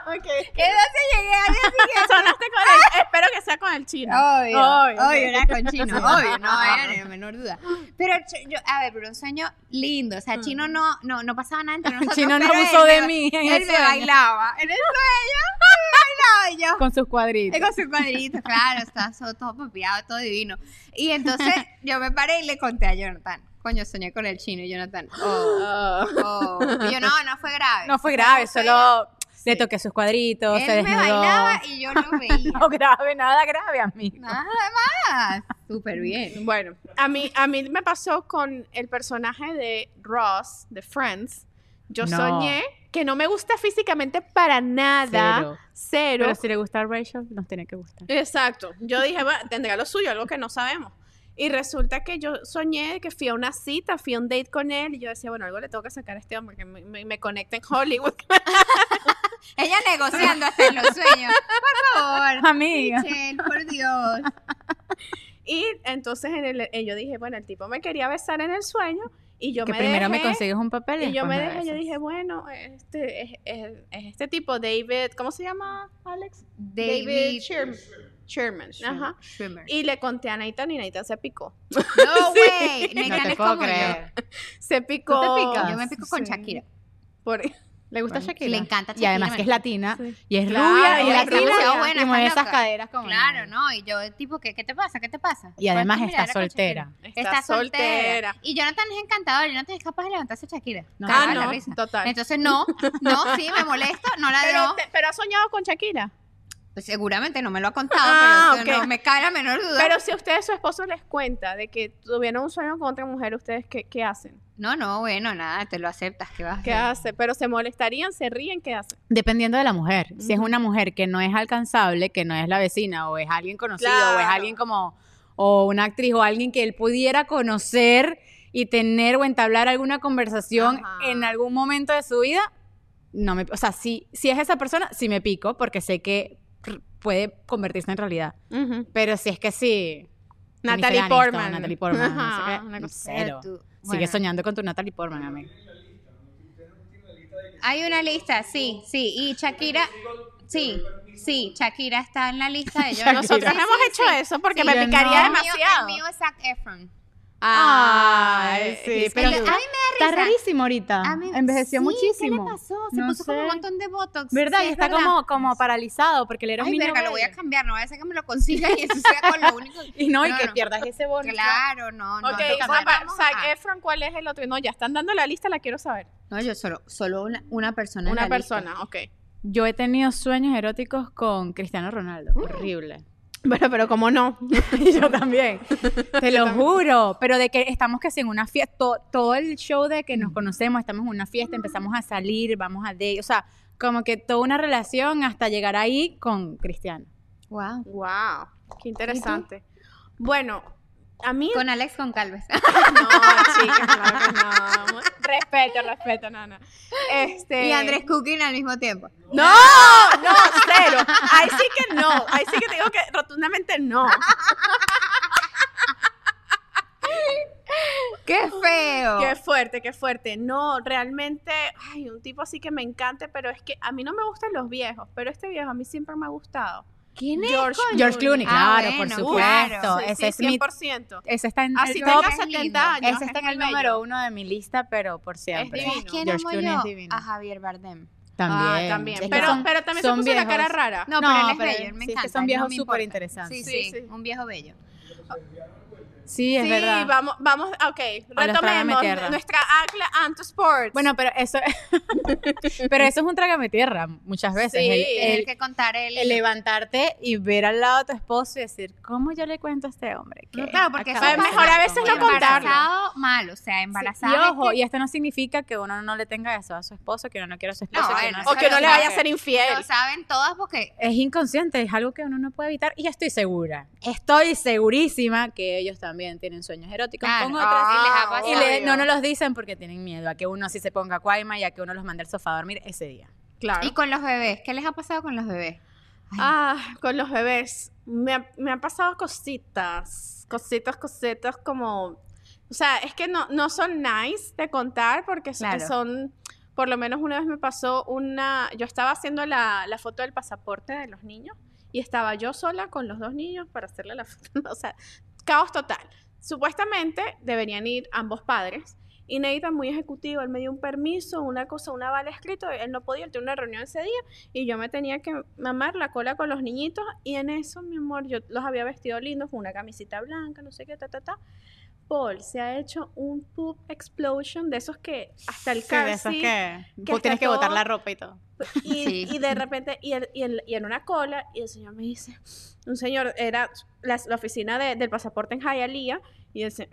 S2: Entonces llegué al día siguiente.
S3: Sonaste con el- Espero que sea con el chino.
S2: Obvio,
S4: Obvio.
S2: obvio, era con chino, obvio, no era ni la menor duda. Pero ch- yo, a ver, pero un sueño lindo, o sea, chino no, no, no pasaba nada entre nosotros.
S1: Mm. Chino no
S2: pero
S1: abusó
S2: él
S1: de
S2: me-
S1: mí en
S2: Él
S1: el
S2: me
S1: sueño,
S2: bailaba, en el sueño, me bailaba y yo.
S1: con sus
S2: eh,
S1: cuadritos.
S2: Con su cuadrito, claro, estaba so- todo papiado, todo divino. Y entonces yo me paré y le conté a Jonathan. Coño, soñé con el chino y Jonathan. Oh,
S3: Oh.
S2: oh. Y yo, no, no fue grave.
S4: No fue grave,
S2: Fue
S4: solo
S1: Le toqué sus cuadritos, se
S2: Él me
S1: desnudó.
S2: bailaba y yo lo veía.
S4: no grave, nada grave, amigo.
S2: Nada más. Súper bien.
S3: Bueno, a mí, a mí me pasó con el personaje de Ross, de Friends. Yo
S1: No.
S3: soñé que no me gusta físicamente para nada.
S1: Cero.
S3: Cero.
S1: Pero si le gusta a Rachel, nos tiene que gustar.
S3: Exacto. Yo dije, "Bueno, tendrá lo suyo, algo que no sabemos. Y resulta que yo soñé que fui a una cita, fui a un date con él. Y yo decía, bueno, algo le tengo que sacar a este hombre que me, me- me conecta en Hollywood.
S2: Ella negociando hasta en los sueños. Por favor.
S4: Amiga.
S2: Michelle, por Dios.
S3: y entonces en el- eh, yo dije, bueno, el tipo me quería besar en el sueño. Y yo
S1: que
S3: me
S1: primero me
S3: dejé.
S1: consigues un papel y,
S3: Y yo
S1: después
S3: me dejé, yo
S1: besas.
S3: dije, bueno, este es, es- es este tipo, David, ¿cómo se llama, Alex?
S2: David,
S3: Sherman. Sherman, ajá.
S2: Schwimmer.
S3: Y le conté a Nathan y Nathan se picó.
S2: No, güey.
S1: No
S2: Nathan
S1: te
S2: es
S1: puedo
S2: como
S1: creer.
S3: Se picó.
S1: ¿Tú te
S2: yo.
S1: picas?
S2: Yo me pico con
S3: Sí.
S2: Shakira.
S3: Por-
S1: Le gusta
S4: Bueno,
S1: Shakira.
S2: Le encanta
S1: Y
S2: Shakira.
S1: además que es latina
S3: Sí.
S1: y es
S3: Claro,
S1: rubia y
S3: ella es
S1: latina
S2: demasiado buena,
S1: y mueve
S2: está
S1: esas
S2: loca.
S1: caderas como
S2: Claro, no. Y yo, tipo, ¿qué, qué te pasa? ¿Qué te pasa?
S1: Y además está soltera.
S2: Está, soltera. Y Jonathan es encantador. Jonathan es capaz de levantarse a Shakira.
S1: No,
S2: Cagada
S3: Ah,
S2: la
S3: no,
S2: risa.
S3: total.
S2: Entonces, no, no, sí, me molesto, no la
S3: Pero,
S2: no.
S3: te- pero ha soñado con Shakira.
S2: Pues seguramente no me lo ha contado,
S3: Ah,
S2: pero eso
S3: ok.
S2: no me cae la menor duda.
S3: Pero si a ustedes, su esposo, les cuenta de que tuvieron un sueño con otra mujer, ¿ustedes qué, qué hacen?
S2: no, no, bueno, nada, te lo aceptas, ¿qué vas a
S3: ¿Qué
S2: hacer?
S3: hacen? Pero se molestarían, se ríen, ¿qué hacen?
S1: Dependiendo de la mujer. Si es
S3: Ujú.
S1: una mujer que no es alcanzable, que no es la vecina, o es alguien conocido, o es
S3: Claro.
S1: alguien como, o una actriz, o alguien que él pudiera conocer y tener o entablar alguna conversación
S3: Ajá.
S1: en algún momento de su vida, no me, o sea, si, si es esa persona, sí me pico, porque sé que r- puede convertirse en realidad. Pero si es que sí. Jennifer
S3: Natalie
S1: Aniston,
S3: Portman.
S1: Natalie Portman, no sé
S3: Ajá,
S1: qué,
S3: una cosa-
S1: cero.
S2: Pero tú-
S1: Sigue
S2: bueno.
S1: soñando con tu Natalie Portman, amigo.
S2: Hay una lista, sí, sí. Y Shakira, Sí, sí, Shakira está en la lista de yo. no sé.
S3: Nosotros
S2: Sí,
S3: hemos
S2: sí,
S3: hecho
S2: sí.
S3: eso porque
S2: Sí,
S3: me
S1: yo
S3: picaría
S2: El mío-
S3: demasiado.
S2: El mío es Zac Efron.
S1: Ay,
S3: Ay,
S1: sí,
S3: es
S1: pero
S2: El- a mí me da
S1: está
S2: risa.
S1: rarísimo ahorita.
S2: A mí-
S1: Envejeció
S2: sí,
S1: muchísimo.
S2: ¿Qué le pasó? Se
S1: No
S2: puso como un
S1: sé.
S2: montón de botox.
S1: ¿Verdad?
S2: Sí,
S1: y
S2: es
S1: está
S2: verdad.
S1: como, como paralizado porque le era un
S2: Ay,
S1: niño.
S2: verga, lo voy a
S1: bello.
S2: cambiar. No voy a hacer que me lo consiga y eso sea con lo único.
S1: Y no, y
S2: No,
S1: que
S2: no.
S1: pierdas ese bonito.
S2: Claro, no, no.
S3: Ok,
S2: no,
S3: Zac-
S2: vamos
S3: Zac
S2: a-
S3: Efron, ¿cuál es el otro? No, ya están dando la lista, la quiero saber.
S2: No, yo solo, solo una, una persona. en
S3: Una
S2: la lista.
S3: persona, ok.
S1: Yo he tenido sueños eróticos con Cristiano Ronaldo.
S2: Mm.
S1: Horrible.
S3: Bueno, pero ¿cómo no?
S1: Yo también. Te lo juro. Pero de que estamos que si en una fiesta, to- todo el show de que nos conocemos, estamos en una fiesta, empezamos a salir, vamos a date. O sea, como que toda una relación hasta llegar ahí con Cristiano.
S2: Wow.
S3: Wow, qué interesante. Bueno, a mí
S2: Con Alex con Calves.
S3: no, chicas, claro que no. Respeto, respeto, no, no. Este
S2: Y Andrés Cooking al mismo tiempo.
S3: No, no, cero. Ahí sí que no. Ahí sí que te digo que rotundamente no.
S2: ¡Qué feo!
S3: Qué fuerte, qué fuerte. No, realmente, ay, un tipo así que me encante, pero es que a mí no me gustan los viejos, pero este viejo a mí siempre me ha gustado.
S2: ¿Quién es?
S3: George,
S1: George Clooney,
S2: Ah,
S1: claro, por
S2: bueno,
S1: supuesto.
S2: claro.
S3: Sí,
S1: Ese
S3: sí,
S1: es mi
S3: 100%.
S1: Ese está en
S3: Así
S1: el
S3: tenga
S1: top.
S2: George es
S3: 70
S2: lindo.
S3: años.
S1: Ese está
S3: es
S1: en el
S3: muy bello.
S1: número uno de mi lista, pero por siempre.
S3: divino.
S2: ¿Sabes quién
S1: George
S2: amo
S1: Clooney
S2: yo?
S1: es divino.
S2: A Javier Bardem.
S3: Ah,
S1: También.
S3: también.
S1: Es que
S3: Pero,
S1: son-
S3: pero también se
S1: son
S3: puso la cara
S1: viejos.
S3: rara.
S2: Ah. No,
S1: No,
S2: pero él es
S1: pero
S2: bello, él
S1: sí,
S2: me
S1: es que
S2: encanta.
S1: son
S2: él
S1: viejos
S2: me
S1: súper
S2: importa.
S1: interesantes.
S2: Sí, sí,
S3: Sí, sí.
S2: un viejo bello.
S1: Sí, es
S3: sí,
S1: verdad.
S3: vamos, vamos, ok,
S1: A los trágame
S3: retomemos
S1: tierra.
S3: nuestra ancla Anto Sports.
S1: Bueno, pero eso, pero eso es un trágame tierra muchas veces.
S3: Sí.
S1: El- el-
S2: Tener que contar el...
S1: el levantarte y ver al lado de tu esposo y decir, ¿cómo yo le cuento a este hombre? que
S2: No, claro, porque eso
S1: acaba de
S2: pasa
S3: mejor a
S1: pasar
S3: veces
S1: con
S3: no
S1: mi hermano?"
S3: contarlo.
S2: Embarazado, mal, o sea,
S1: Sí,
S2: embarazada.
S1: Y
S2: es
S1: ojo,
S2: que-
S1: y esto no significa que uno no le tenga deseo a su esposo, que uno no quiera a su esposo.
S2: No,
S1: que
S2: bueno,
S1: uno
S2: eso
S3: o
S1: sea-
S3: que no le vaya a ser
S2: Lo
S3: infiel.
S2: saben todas porque
S1: Es inconsciente, es algo que uno no puede evitar. Y estoy segura, estoy segurísima que ellos también tienen sueños eróticos
S2: Claro.
S1: con otras.
S2: y les ha
S3: Ah,
S2: pasado.
S1: y le-
S3: obvio.
S1: no nos los dicen porque tienen miedo a que uno sí se ponga cuaima y a que uno los mande al sofá a dormir ese día.
S3: Claro.
S2: Y con los bebés, ¿qué les ha pasado con los bebés?
S3: Ah, con los bebés. Me, ha- me han pasado cositas, cositas, cositas como... O sea, es que no, no son nice de contar porque son,
S2: Claro.
S3: son- Por lo menos una vez me pasó una... Yo estaba haciendo la, la foto del pasaporte de los niños y estaba yo sola con los dos niños para hacerle la foto. O sea, caos total. Supuestamente deberían ir ambos padres. Y Neita, muy ejecutivo, él me dio un permiso, una cosa, una bala escrito. Él no podía, él tenía una reunión ese día y yo me tenía que mamar la cola con los niñitos y en eso, mi amor, yo los había vestido lindos con una camisita blanca, no sé qué, ta, ta, ta. Paul se ha hecho un poop explosion de esos que hasta el calci que
S1: Vos tenés
S3: hasta
S1: que botar
S3: todo-
S1: la ropa y todo.
S3: y,
S2: Sí.
S3: y de repente, y, el- y el- y en una cola, y el señor me dice, un señor, era la, la oficina de- del pasaporte en Hialeah, y dice,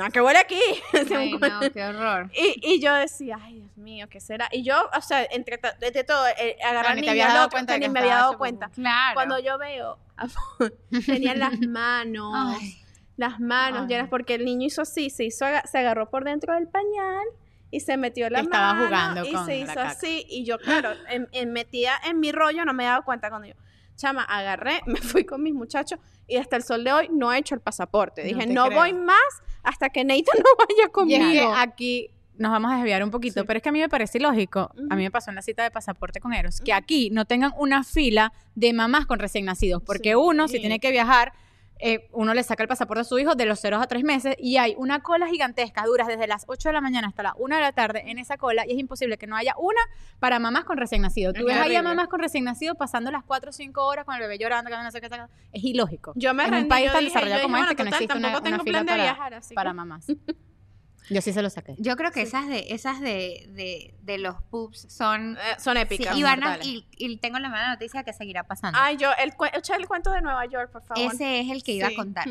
S3: ¿a qué huele aquí? Dice,
S2: Ay,
S3: un-
S2: no, qué horror.
S3: y, y yo decía, ay, Dios mío, ¿qué será? Y yo, o sea, entre ta- de, de todo, eh, agarrar
S1: ni
S3: al
S1: te
S3: niño
S1: habías
S3: al
S1: dado
S3: otro,
S1: cuenta de
S3: que ni
S1: que
S3: me
S1: estaba
S3: había dado
S1: ese
S3: cuenta.
S1: Ah,
S2: Claro.
S3: Cuando yo veo, a Paul, tenía las manos,
S2: Ay,
S3: las manos
S2: Ay.
S3: llenas, porque el niño hizo así, se hizo, aga- se agarró por dentro del pañal y se metió la
S1: Estaba
S3: mano
S1: jugando
S3: y
S1: con
S3: se
S1: la
S3: hizo
S1: caca.
S3: así. Y yo, claro, en, en- metida en mi rollo, no me he dado cuenta cuando yo, chama, agarré, me fui con mis muchachos y hasta el sol de hoy no he hecho el pasaporte.
S1: No
S3: Dije,
S1: te
S3: no
S1: creo.
S3: voy más hasta que Neito no vaya
S1: Y
S3: conmigo.
S1: es que aquí nos vamos a desviar un poquito,
S3: Sí.
S1: pero es que a mí me parece lógico, a
S3: Ujú.
S1: mí me pasó en la cita de pasaporte con Eros, que aquí no tengan una fila de mamás con recién nacidos, porque
S3: Sí.
S1: uno, si tiene que viajar, eh, uno le saca el pasaporte a su hijo de los ceros a tres meses y hay una cola gigantesca, duras desde las 8 de la mañana hasta la 1 de la tarde en esa cola y es imposible que no haya una para mamás con recién nacido. Tú
S3: Es
S1: ves ahí a
S3: horrible.
S1: mamás con recién nacido pasando las 4 o 5 horas con el bebé llorando, que no sé qué, tal, es ilógico.
S3: Yo me
S1: en
S3: rendí,
S1: un país
S3: yo
S1: tan
S3: dije-
S1: desarrollado
S3: yo
S1: como
S3: dije,
S1: este que
S3: bueno,
S1: no
S3: total,
S1: existe una,
S3: tampoco
S1: una
S3: tengo
S1: fila
S3: plan de
S1: para,
S3: viajar, así que-
S1: para mamás. Yo sí se lo saqué.
S2: yo creo que esas de esas de, de, de los pubs son
S3: Eh, son
S2: sí,
S3: épicas.
S2: y, van a-
S3: mortales.
S2: y, y tengo la mala noticia que seguirá pasando.
S3: Ay, yo, el, cue- echa el cuento de Nueva York, por favor.
S2: Ese es el que iba
S3: Sí.
S2: a contar.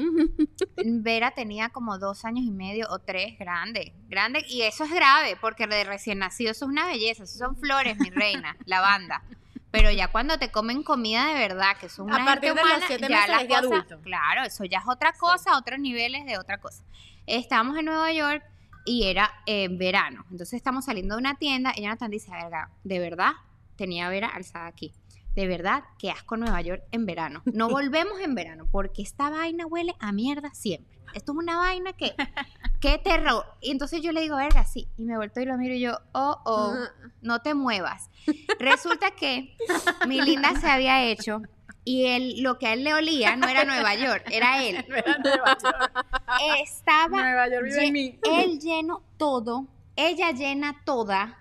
S2: Vera tenía como dos años y medio o tres, grande, grande. Y eso es grave, porque de recién nacido eso es una belleza, eso son flores, mi reina, lavanda. Pero ya cuando te comen comida de verdad, que son
S1: A
S2: una gente
S1: partir de los
S2: humana,
S1: siete
S2: ya
S1: meses
S2: la
S1: es de
S2: cosa-
S1: adulto.
S2: Claro, eso ya es otra cosa, otros niveles de otra cosa. Estábamos en Nueva York y era eh, verano. Entonces estamos saliendo de una tienda y Jonathan dice, verga, de verdad, tenía a Vera alzada aquí. De verdad, qué asco Nueva York en verano. No volvemos en verano porque esta vaina huele a mierda siempre. Esto es una vaina que, qué terror. Y entonces yo le digo, verga, sí. Y me vuelto y lo miro y yo, oh, oh, no te muevas. Resulta que mi linda se había hecho y él, lo que a él le olía no era Nueva York, era él. Estaba
S3: Nueva York vive
S2: Lle-
S3: en mí.
S2: Él lleno todo, ella llena toda,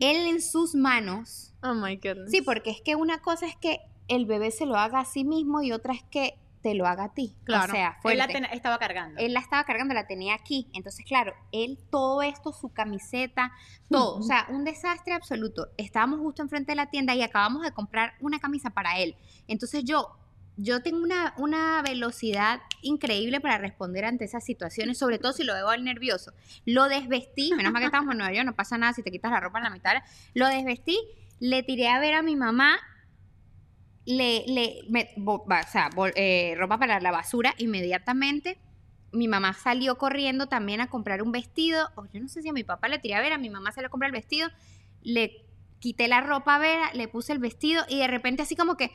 S2: él en sus manos.
S3: Oh my goodness.
S2: Sí, porque es que una cosa es que el bebé se lo haga a sí mismo y otra es que te lo haga a ti.
S1: Claro.
S2: O sea,
S1: Él la
S2: fuerte.
S1: ten- estaba cargando.
S2: Él la estaba cargando, la tenía aquí. Entonces, claro, él todo esto, su camiseta, todo. O sea, un desastre absoluto. Estábamos justo enfrente de la tienda y acabamos de comprar una camisa para él. Entonces yo, yo tengo una, una velocidad increíble para responder ante esas situaciones, sobre todo si lo veo al nervioso. Lo desvestí, menos mal que estamos en Nueva York, no pasa nada si te quitas la ropa en la mitad. Lo desvestí, le tiré a ver a mi mamá le, le, me- bo- ba- o sea, bol- eh, ropa para la basura inmediatamente. Mi mamá salió corriendo también a comprar un vestido. O yo no sé si a mi papá le tiré a Vera, mi mamá se a comprar el vestido. Le quité la ropa a Vera, le puse el vestido y de repente así como que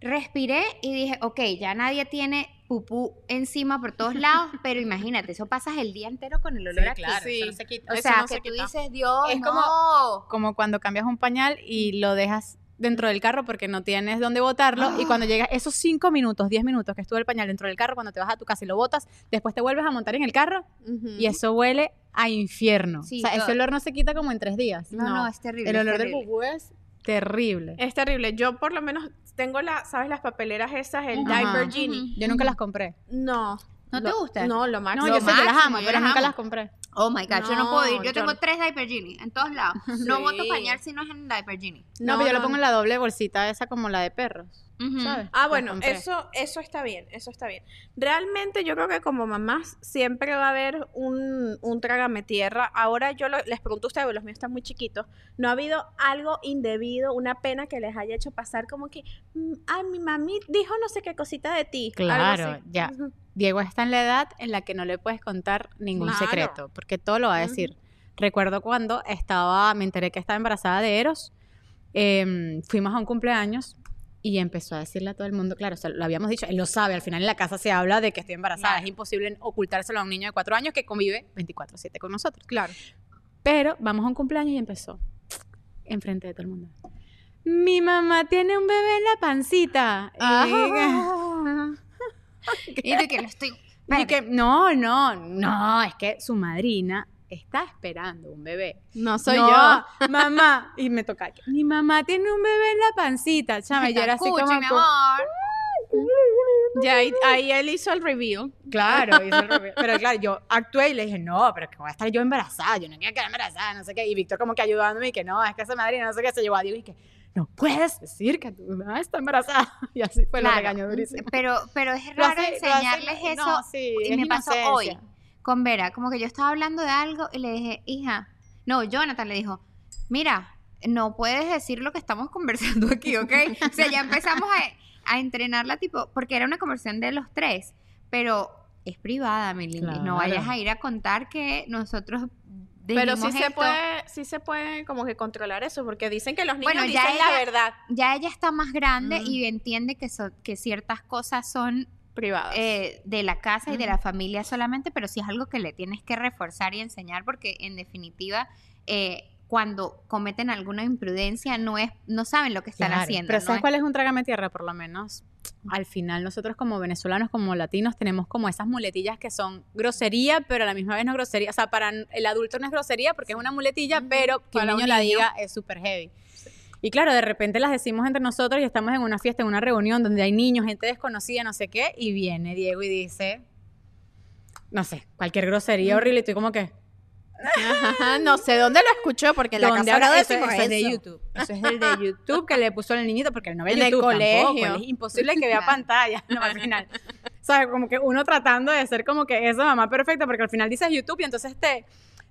S2: respiré y dije, ok, ya nadie tiene pupú encima por todos lados, pero imagínate, eso pasas el día entero con el olor
S1: Sí,
S2: aquí.
S1: claro,
S3: sí.
S1: eso no se quita.
S2: O
S3: Eso
S2: sea,
S3: no
S2: que
S3: se
S2: tú
S3: quita.
S2: dices, Dios,
S1: Es
S2: no.
S1: como- como cuando cambias un pañal y lo dejas dentro del carro porque no tienes dónde botarlo y cuando llegas esos cinco minutos, 10 minutos que estuvo el pañal dentro del carro, cuando te vas a tu casa y lo botas, después te vuelves a montar en el carro y eso huele a infierno.
S2: Sí,
S1: o sea, ese
S2: todo.
S1: olor no se quita como en tres días.
S2: no, no, es terrible.
S1: el
S2: es
S1: olor del
S2: terrible.
S1: pupú es terrible.
S3: Es terrible. Yo por lo menos tengo la, ¿sabes? Las papeleras esas, el
S1: Ajá.
S3: diaper genie.
S2: Ujú.
S1: Yo nunca las compré.
S3: No.
S2: ¿No te
S3: Lo-
S2: gusta?
S3: No, Ah, lo máximo.
S1: No,
S2: mm. lo
S1: yo sé, yo las
S2: máximo,
S1: amo,
S2: yo
S1: pero
S2: las
S1: nunca
S2: amo.
S1: las compré.
S2: Oh my god, yo no puedo ir.
S3: No,
S2: Yo tengo
S3: yo-
S2: tres diaper genie en todos lados. No
S3: Sí.
S2: voto pañal si no es en diaper genie.
S1: No, pero yo lo pongo en la doble bolsita esa como la de perros,
S2: Ujú.
S1: ¿sabes?
S3: Ah,
S1: Las
S3: bueno,
S1: compré.
S3: eso, eso está bien, eso está bien. Realmente yo creo que como mamás siempre va a haber un, un trágame tierra. Ahora yo lo- les pregunto a ustedes, porque los míos están muy chiquitos, ¿no ha habido algo indebido, una pena que les haya hecho pasar como que, mm, ay, mi mami dijo no sé qué cosita de ti? algo
S1: Claro,
S3: así?
S1: ya.
S3: Ujú.
S1: Diego está en la edad en la que no le puedes contar ningún
S3: Claro.
S1: secreto, porque todo lo va a decir. Recuerdo cuando estaba, me enteré que estaba embarazada de Eros, em, fuimos a un cumpleaños y empezó a decirle a todo el mundo, claro, o sea, lo habíamos dicho, él lo sabe, al final en la casa se habla de que estoy embarazada, es imposible ocultárselo a un niño de cuatro años que convive 24/7 con nosotros.
S3: Claro.
S1: Pero vamos a un cumpleaños y empezó. Enfrente de todo el mundo. Mi mamá tiene un bebé en la pancita.
S3: Ah.
S2: Y de que lo estoy.
S1: Y, y que, no, no, no, es que su madrina está esperando un bebé.
S3: No soy
S1: No,
S3: yo.
S1: Mamá. Y me toca. que, Mi mamá tiene un bebé en la pancita. Chama, y yo era así
S2: Escuche,
S1: como.
S2: mi
S1: como-
S2: amor.
S3: Ya ahí, ahí él hizo el review.
S1: Claro, hizo el bebé. pero claro, yo actué y le dije, no, pero que voy a estar yo embarazada, yo no quiero quedar embarazada, no sé qué. Y Víctor como que ayudándome y que no, es que esa madrina, no sé qué, se llevó a Diego y que, no puedes decir que tu mamá está embarazada. Y así fue, lo
S2: Claro.
S1: regañó durísimo.
S2: Pero, pero es
S1: Lo
S2: raro
S1: hace- lo hace-
S2: enseñarles
S1: no,
S2: eso
S1: sí,
S2: y
S1: es
S2: me pasó
S1: inocencia.
S2: hoy. con Vera. Como que yo estaba hablando de algo y le dije, hija. No, Jonathan le dijo, mira, no puedes decir lo que estamos conversando aquí, ¿ok? o sea, ya empezamos a, a entrenarla, tipo, porque era una conversación de los tres, pero es privada, mi linda. y
S1: Claro.
S2: No vayas a ir a contar que nosotros.
S3: Pero sí
S2: dijimos
S3: se
S2: esto.
S3: puede, sí se puede como que controlar eso, porque dicen que los niños
S2: Bueno, ya
S3: dicen la
S2: ella-
S3: verdad
S2: ya ella está más grande
S3: Mm.
S2: y entiende que, so- que ciertas cosas son
S3: privada.
S2: eh, de la casa y de la familia solamente, pero sí es algo que le tienes que reforzar y enseñar porque en definitiva eh, cuando cometen alguna imprudencia no es no saben lo que están
S1: Claro,
S2: haciendo.
S1: Pero
S2: no
S1: ¿sabes
S2: es-
S1: cuál es un trágame tierra, por lo menos? Al final, nosotros como venezolanos, como latinos, tenemos como esas muletillas que son grosería, pero a la misma vez no grosería. O sea, para n- el adulto no es grosería porque es una muletilla, pero que
S3: Para
S1: un niño
S3: un
S1: la diga es súper heavy. Y claro, de repente las decimos entre nosotros y estamos en una fiesta, en una reunión donde hay niños, gente desconocida, no sé qué, y viene Diego y dice, no sé, cualquier grosería horrible, y estoy como que,
S3: Ajá, no sé dónde lo escuchó, porque en la
S1: ¿Dónde
S3: casa
S1: habrá-
S3: ahora
S1: eso,
S3: decimos
S1: eso es de
S3: eso.
S1: YouTube. Eso es el de YouTube que le puso el niñito porque él no ve
S3: En el
S1: YouTube tampoco,
S3: colegio.
S1: él Es imposible que vea pantalla no, al final. O sea, como que uno tratando de ser como que esa mamá perfecta porque al final dices YouTube y entonces te,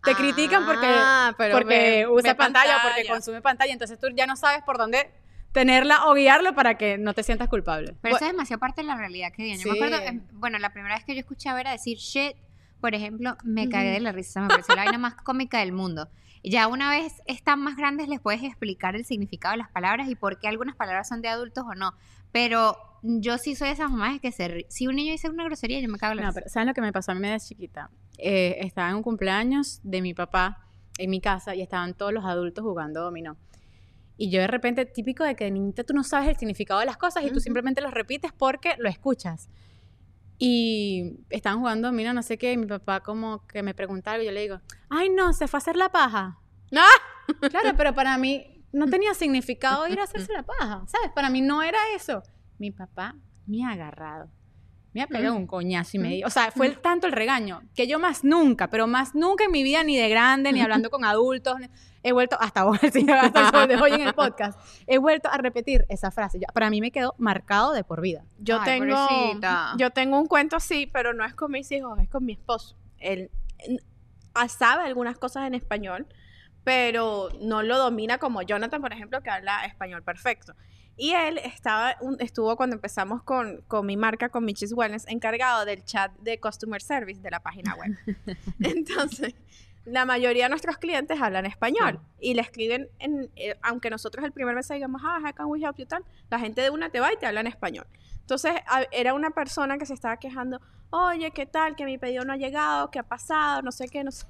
S1: te critican porque,
S3: Ah, pero
S1: porque
S3: ve-
S1: usa
S3: ve
S1: pantalla, o porque consume pantalla. Entonces tú ya no sabes por dónde tenerla o guiarlo para que no te sientas culpable.
S2: Pero eso es demasiado parte de la realidad que viene. Yo me
S1: Sí.
S2: acuerdo, em, bueno, la primera vez que yo escuché a Vera decir shit, por ejemplo, me cagué de la risa, me pareció la vaina más cómica del mundo. Ya una vez están más grandes les puedes explicar el significado de las palabras y por qué algunas palabras son de adultos o no, pero yo sí soy de esas mamás que se ri- Si un niño dice una grosería, yo me cago en la
S1: No, pero ¿saben lo que me pasó a mí de chiquita? Eh, estaba en un cumpleaños de mi papá en mi casa y estaban todos los adultos jugando dominó. Y yo de repente, típico de que de niñita tú no sabes el significado de las cosas y tú
S2: Ujú.
S1: simplemente los repites porque lo escuchas. Y estaban jugando dominó, no sé qué, y mi papá como que me pregunta algo y yo le digo, ay no, se fue a hacer la paja.
S3: ¡No!
S1: Claro, pero para mí no tenía significado ir a hacerse la paja, ¿sabes? Para mí no era eso. Mi papá me ha agarrado. Me ha pegado un coñazo y me dio. O sea, fue el- tanto el regaño que yo más nunca, pero más nunca en mi vida, ni de grande, ni hablando con adultos, ni- he vuelto, hasta ahora, sí, hasta el sol de hoy en el podcast, he vuelto a repetir esa frase. Yo- para mí me quedó marcado de por vida.
S3: Yo
S2: Ay,
S3: tengo
S2: pobrecita.
S3: yo tengo un cuento así, pero no es con mis hijos, es con mi esposo. Él n- ah, sabe algunas cosas en español, pero no lo domina como Jonathan, por ejemplo, que habla español perfecto. Y él estaba un- estuvo cuando empezamos con, con mi marca, con Michis Wellness, encargado del chat de Customer Service de la página web. Entonces, la mayoría de nuestros clientes hablan español y le escriben, en, eh, aunque nosotros el primer mes digamos, ah, how can we help you tal, la gente de una te va y te habla en español. Entonces, a- era una persona que se estaba quejando, oye, ¿qué tal? Que mi pedido no ha llegado, ¿qué ha pasado? No sé qué, no sé.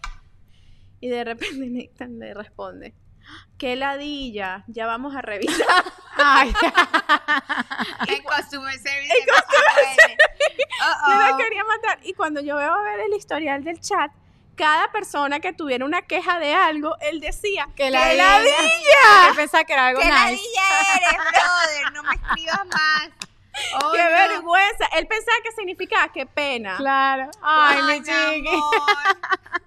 S3: Y de repente Nathan le responde, qué ladilla, ya vamos a revisar.
S1: Ay,
S2: En customer service. En customer
S3: Yo la quería matar. Y cuando yo veo a ver el historial del chat, cada persona que tuviera una queja de algo, él decía,
S1: que
S3: la
S1: la
S3: vida.
S1: Yo pensaba que era algo
S2: ¡Qué
S1: nice.
S2: ladilla eres, brother! No me escribas más. Oh,
S3: ¡Qué
S2: no.
S3: vergüenza! Él pensaba que significaba qué pena.
S1: Claro. Ay, mi
S2: Ay, mi
S1: chiqui.
S2: amor.